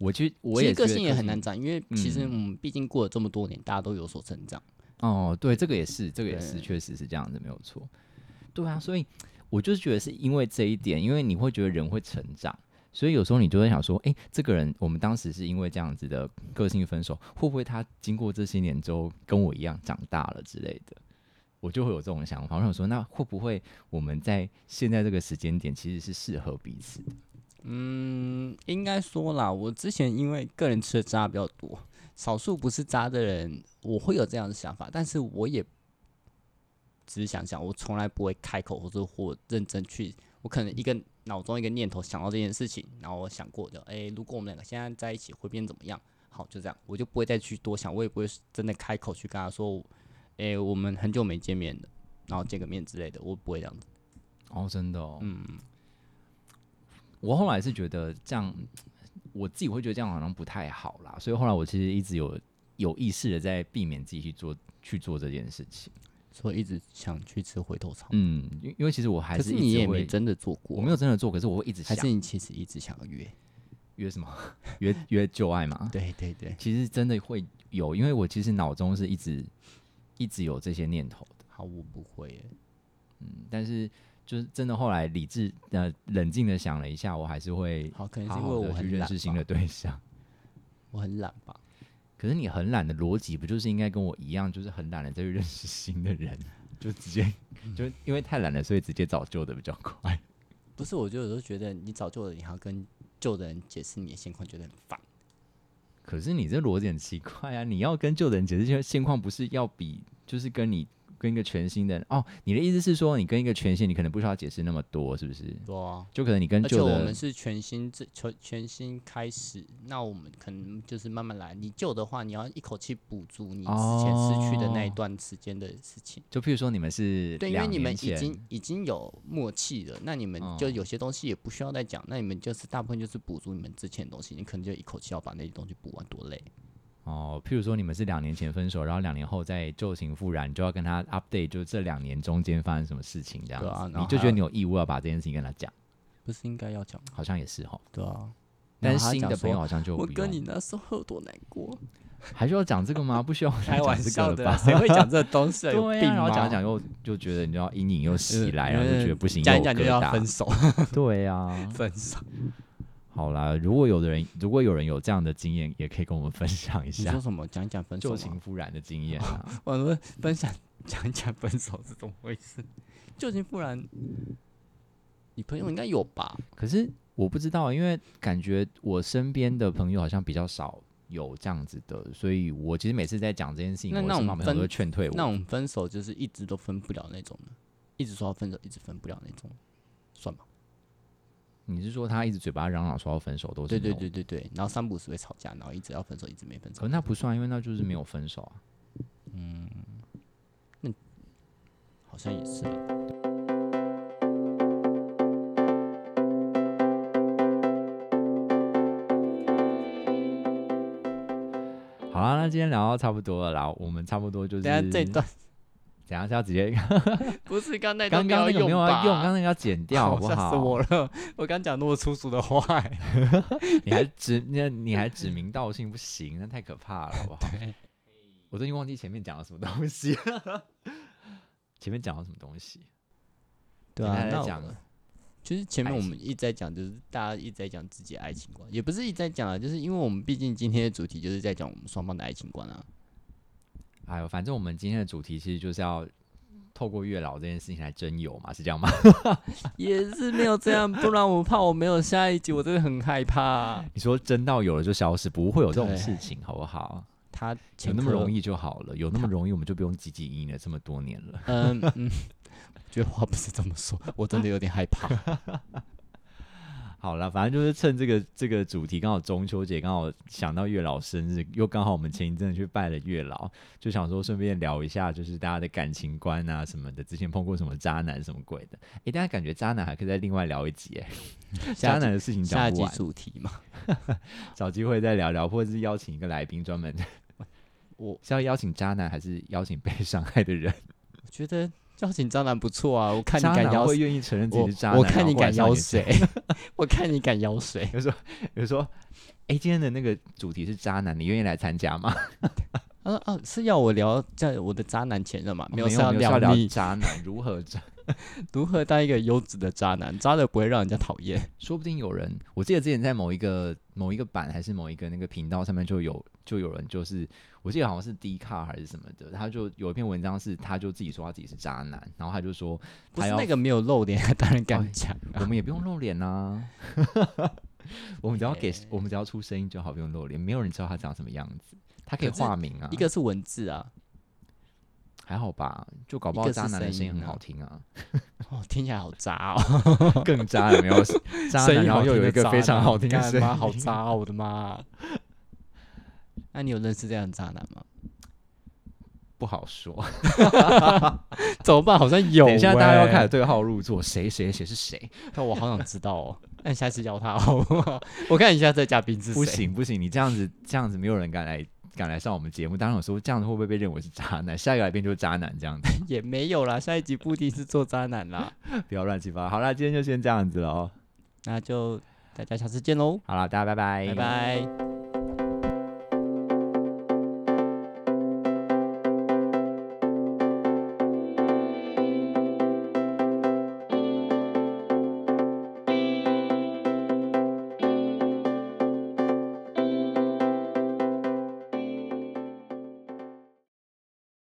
[SPEAKER 1] 我其实我
[SPEAKER 2] 其
[SPEAKER 1] 也
[SPEAKER 2] 实个
[SPEAKER 1] 觉得
[SPEAKER 2] 性也很难长，因为其实
[SPEAKER 1] 嗯
[SPEAKER 2] 我们毕竟过了这么多年，大家都有所成长。
[SPEAKER 1] 哦，对，这个也是，这个也是，
[SPEAKER 2] 对
[SPEAKER 1] 确实是这样子，没有错。对啊，所以我就是觉得是因为这一点，因为你会觉得人会成长，所以有时候你就会想说，诶，这个人我们当时是因为这样子的个性分手，会不会他经过这些年之后跟我一样长大了之类的？我就会有这种想法，我想说，那会不会我们在现在这个时间点其实是适合彼此的？
[SPEAKER 2] 嗯，应该说啦，我之前因为个人吃的渣比较多，少数不是渣的人，我会有这样的想法，但是我也只是想想，我从来不会开口或者或认真去，我可能一个脑中一个念头想到这件事情，然后我想过的，诶，如果我们两个现在在一起会变怎么样？好，就这样，我就不会再去多想，我也不会真的开口去跟他说，诶，我们很久没见面了，然后见个面之类的，我不会这样子。
[SPEAKER 1] 哦，真的哦，
[SPEAKER 2] 嗯，
[SPEAKER 1] 我后来是觉得这样，我自己会觉得这样好像不太好啦，所以后来我其实一直有有意识的在避免自己去做去做这件事情。
[SPEAKER 2] 所以一直想去吃回头草。
[SPEAKER 1] 嗯，因因为其实我还
[SPEAKER 2] 可是
[SPEAKER 1] 一
[SPEAKER 2] 你
[SPEAKER 1] 直
[SPEAKER 2] 也没
[SPEAKER 1] 会，
[SPEAKER 2] 真的做
[SPEAKER 1] 我
[SPEAKER 2] 过啊
[SPEAKER 1] 没，有真的做，可是我会一直
[SPEAKER 2] 还
[SPEAKER 1] 想
[SPEAKER 2] 是你其实一直想 要约？
[SPEAKER 1] 约什么约 约旧爱嘛。
[SPEAKER 2] 对对对，
[SPEAKER 1] 其实真的会有，因为我其实脑中是一直一直有这些念头的，
[SPEAKER 2] 好，我不会耶。
[SPEAKER 1] 嗯但是就是真的后来理智呃冷静的想了一下，我还是会
[SPEAKER 2] 好，可能
[SPEAKER 1] 好
[SPEAKER 2] 是因
[SPEAKER 1] 好
[SPEAKER 2] 为我
[SPEAKER 1] 的去
[SPEAKER 2] 很
[SPEAKER 1] 认
[SPEAKER 2] 懒
[SPEAKER 1] 识新
[SPEAKER 2] 吧，
[SPEAKER 1] 的对象。
[SPEAKER 2] 我很懒吧。
[SPEAKER 1] 可是你很懒的逻辑，不就是应该跟我一样，就是很懒的再去认识新的人， 就直接
[SPEAKER 2] 嗯
[SPEAKER 1] 就因为太懒了，所以直接找旧的比较 快。
[SPEAKER 2] 不是，我就有时候觉得你找旧的，你还要跟旧的人解释你的现况，觉得很烦。
[SPEAKER 1] 可是你这逻辑很奇怪啊！你要跟旧的人解释现现况，不是要比就是跟你跟一个全新的人哦，你的意思是说，你跟一个全新，你可能不需要解释那么多，是不是？
[SPEAKER 2] 对啊，
[SPEAKER 1] 就可能你跟
[SPEAKER 2] 而且
[SPEAKER 1] 旧
[SPEAKER 2] 我
[SPEAKER 1] 的
[SPEAKER 2] 们，是全新这全全新开始，那我们可能就是慢慢来。你旧的话，你要一口气补足你之前失去的那一
[SPEAKER 1] 哦
[SPEAKER 2] 段时间的事情。
[SPEAKER 1] 就譬如说你们是
[SPEAKER 2] 对，因为
[SPEAKER 1] 两
[SPEAKER 2] 你
[SPEAKER 1] 年
[SPEAKER 2] 们已
[SPEAKER 1] 前
[SPEAKER 2] 经已经有默契了，那你们就有些东西也不需要再讲，那你们就是大部分就是补足你们之前的东西，你可能就一口气要把那些东西补完，多累。
[SPEAKER 1] 哦，譬如说你们是两年前分手，然后两年后再旧情复燃，你就要跟他 update，就是这两年中间发生什么事情这样子，
[SPEAKER 2] 对啊然后
[SPEAKER 1] 你就
[SPEAKER 2] 还
[SPEAKER 1] 觉得
[SPEAKER 2] 要
[SPEAKER 1] 你有义务要把这件事情跟他讲，
[SPEAKER 2] 不是应该要讲吗？
[SPEAKER 1] 好像也是哈。哦
[SPEAKER 2] 对啊，
[SPEAKER 1] 但
[SPEAKER 2] 然
[SPEAKER 1] 是
[SPEAKER 2] 后他
[SPEAKER 1] 新
[SPEAKER 2] 讲
[SPEAKER 1] 的朋友
[SPEAKER 2] 说
[SPEAKER 1] 好像就
[SPEAKER 2] 我
[SPEAKER 1] 不
[SPEAKER 2] 跟
[SPEAKER 1] 用
[SPEAKER 2] 你那时候有多难过，
[SPEAKER 1] 还需要讲这个 吗？不需要
[SPEAKER 2] 开
[SPEAKER 1] 讲
[SPEAKER 2] 玩
[SPEAKER 1] 这
[SPEAKER 2] 笑
[SPEAKER 1] 个
[SPEAKER 2] 的
[SPEAKER 1] 了
[SPEAKER 2] 啦，
[SPEAKER 1] 吧？
[SPEAKER 2] 谁会讲这东 西啊？有
[SPEAKER 1] 对
[SPEAKER 2] 病
[SPEAKER 1] 呀、然后讲
[SPEAKER 2] 吗
[SPEAKER 1] 一讲又就觉得你知道阴影又袭
[SPEAKER 2] 呃
[SPEAKER 1] 来，然后就觉得不行，
[SPEAKER 2] 讲
[SPEAKER 1] 又有
[SPEAKER 2] 一讲就
[SPEAKER 1] 疙
[SPEAKER 2] 要
[SPEAKER 1] 瘩
[SPEAKER 2] 分手，
[SPEAKER 1] 对呀，
[SPEAKER 2] 分手。
[SPEAKER 1] 好啦，如果有的人，如果有人有这样的经验，也可以跟我们分享一
[SPEAKER 2] 你说
[SPEAKER 1] 下
[SPEAKER 2] 什么？讲一讲分手
[SPEAKER 1] 旧
[SPEAKER 2] 吗
[SPEAKER 1] 情？复燃的经验啊。
[SPEAKER 2] 我说分享讲一讲分手是怎么回事？旧情复燃，你朋友应该有吧？
[SPEAKER 1] 可是我不知道，啊因为感觉我身边的朋友好像比较少有这样子的，所以我其实每次在讲这件事情，
[SPEAKER 2] 那
[SPEAKER 1] 我
[SPEAKER 2] 那
[SPEAKER 1] 身
[SPEAKER 2] 我
[SPEAKER 1] 旁
[SPEAKER 2] 们
[SPEAKER 1] 朋友都
[SPEAKER 2] 分
[SPEAKER 1] 会劝退
[SPEAKER 2] 那
[SPEAKER 1] 我。
[SPEAKER 2] 种分手就是一直都分不了那种的，一直说要分手，一直分不了那种，算吧。
[SPEAKER 1] 你是说他一直嘴巴嚷嚷说要分手都是
[SPEAKER 2] 对对
[SPEAKER 1] no
[SPEAKER 2] 对对对，然后三不五时会吵架，然后一直要分手，一直没分手
[SPEAKER 1] 可。那不算，因为那就是没有分手啊。
[SPEAKER 2] 好像也是哦了。
[SPEAKER 1] 好啦，那今天聊到差不多了啦，我们差不多就是
[SPEAKER 2] 等一下这一 段
[SPEAKER 1] 等一下是要直 接
[SPEAKER 2] 不是刚那
[SPEAKER 1] 刚
[SPEAKER 2] 段
[SPEAKER 1] 刚那个
[SPEAKER 2] 用
[SPEAKER 1] 没有要
[SPEAKER 2] 吧哦
[SPEAKER 1] 用，刚刚那个要剪掉， 好不
[SPEAKER 2] 吓
[SPEAKER 1] 好？
[SPEAKER 2] 死我了！我刚讲那么粗俗的话、 欸，
[SPEAKER 1] 你还指那你还指名道姓不行，那太可怕了，好 不好？我最近忘记前面讲了什么东西，前面讲了什么东西？
[SPEAKER 2] 对
[SPEAKER 1] 大
[SPEAKER 2] 啊，
[SPEAKER 1] 家
[SPEAKER 2] 那
[SPEAKER 1] 在
[SPEAKER 2] 我
[SPEAKER 1] 讲
[SPEAKER 2] 们就是前面
[SPEAKER 1] 爱
[SPEAKER 2] 我
[SPEAKER 1] 情
[SPEAKER 2] 们一直在讲，就是大家一直在讲自己的爱情观，也不是一直在讲啊，就是因为我们毕竟今天的主题就是在讲我们双方的爱情观啊。
[SPEAKER 1] 哎呦，反正我们今天的主题其实就是要透过月老这件事情来征友嘛，是这样吗？
[SPEAKER 2] 也是没有这样，不然我怕我没有下一集，我真的很害怕、
[SPEAKER 1] 你说真到有了就消失，不会有这种
[SPEAKER 2] 对
[SPEAKER 1] 事情，好不好？
[SPEAKER 2] 他
[SPEAKER 1] 有
[SPEAKER 2] 前
[SPEAKER 1] 那么容
[SPEAKER 2] 易？
[SPEAKER 1] 易就好了，有那么容易我们就不用汲汲营营了这么多年了。
[SPEAKER 2] 嗯嗯，觉得话不是这么说，我真的有点害 怕。
[SPEAKER 1] 好了，反正就是趁这个这个主题刚好中秋节，刚好想到月老生日，又刚好我们前一阵子去拜了月老，就想说顺便聊一下，就是大家的感情观啊什么的，之前碰过什么渣男什么鬼的。诶，大家感觉渣男还可以再另外聊一集、诶，
[SPEAKER 2] 下
[SPEAKER 1] 渣
[SPEAKER 2] 集
[SPEAKER 1] 男的事情讲
[SPEAKER 2] 下一
[SPEAKER 1] 不
[SPEAKER 2] 集
[SPEAKER 1] 完，
[SPEAKER 2] 主题嘛，
[SPEAKER 1] 找机会再聊聊，或者是邀请一个来宾专门
[SPEAKER 2] 我
[SPEAKER 1] 是要邀请渣男，还是邀请被伤害的人？
[SPEAKER 2] 我觉得邀请渣男不错啊，我 看你
[SPEAKER 1] 渣
[SPEAKER 2] 敢
[SPEAKER 1] 男
[SPEAKER 2] 邀
[SPEAKER 1] 会愿意承认自己
[SPEAKER 2] 我
[SPEAKER 1] 是渣男，
[SPEAKER 2] 我看
[SPEAKER 1] 然后
[SPEAKER 2] 你
[SPEAKER 1] 过来
[SPEAKER 2] 敢
[SPEAKER 1] 上
[SPEAKER 2] 邀
[SPEAKER 1] 你的节
[SPEAKER 2] 谁， 我看你敢邀谁。
[SPEAKER 1] 比如说，诶，今天的那个主题是渣男，你愿意来参加吗？
[SPEAKER 2] 啊啊，是要我聊在我的渣男前任嘛？
[SPEAKER 1] 没
[SPEAKER 2] 哦有，
[SPEAKER 1] 有
[SPEAKER 2] 是
[SPEAKER 1] 没有是要
[SPEAKER 2] 聊你
[SPEAKER 1] 渣男如何渣。
[SPEAKER 2] 如何当一个优质的渣男，渣的不会让人家讨厌。
[SPEAKER 1] 说不定有人，我记得之前在某一个某一个版还是某一个那个频道上面就有就有人就是，我记得好像是 D 卡还是什么的，他就有一篇文章是他就自己说他自己是渣男，然后他就说
[SPEAKER 2] 不
[SPEAKER 1] 他
[SPEAKER 2] 是
[SPEAKER 1] 要
[SPEAKER 2] 那个没有露脸，他当然
[SPEAKER 1] 哎
[SPEAKER 2] 敢讲
[SPEAKER 1] 我
[SPEAKER 2] 啊。
[SPEAKER 1] 们也不用露脸 呐、我们只要给
[SPEAKER 2] 对
[SPEAKER 1] 我们只要出声音就好，不用露脸，没有人知道他长什么样子，他可以
[SPEAKER 2] 可是
[SPEAKER 1] 化名啊
[SPEAKER 2] 一，个是文字啊，
[SPEAKER 1] 还好吧，就搞不
[SPEAKER 2] 一
[SPEAKER 1] 好
[SPEAKER 2] 个是
[SPEAKER 1] 渣男的
[SPEAKER 2] 声
[SPEAKER 1] 声音
[SPEAKER 2] 音
[SPEAKER 1] 很
[SPEAKER 2] 啊
[SPEAKER 1] 好听啊，
[SPEAKER 2] 哦，听起来好渣哦，
[SPEAKER 1] 更渣有没 有？渣
[SPEAKER 2] 声
[SPEAKER 1] 男
[SPEAKER 2] 音
[SPEAKER 1] 然
[SPEAKER 2] 好
[SPEAKER 1] 后又
[SPEAKER 2] 听
[SPEAKER 1] 有
[SPEAKER 2] 的
[SPEAKER 1] 一个
[SPEAKER 2] 渣
[SPEAKER 1] 非常
[SPEAKER 2] 男
[SPEAKER 1] 好听的
[SPEAKER 2] 干
[SPEAKER 1] 声
[SPEAKER 2] 妈
[SPEAKER 1] 音，
[SPEAKER 2] 好渣哦，我的妈！那你有认识这样的渣男 吗？
[SPEAKER 1] 不好说。
[SPEAKER 2] 怎么办？好像有、欸。
[SPEAKER 1] 等一下，大家要开始，对号入座，谁谁谁是谁？
[SPEAKER 2] 但我好想知道哦。那你下次邀他好不好？我看一下这嘉宾是谁。
[SPEAKER 1] 不，行不行，你这样子这样子，没有人敢来敢来上我们节目。当然，我说这样子会不会被认为是渣男？下一个来宾就是渣男，这样子
[SPEAKER 2] 也没有啦。下一集不一定是做渣男啦。
[SPEAKER 1] 不要乱七八糟。好啦，今天就先这样子了哦。
[SPEAKER 2] 那就大家下次见喽，
[SPEAKER 1] 好啦，大家拜拜，
[SPEAKER 2] 拜拜。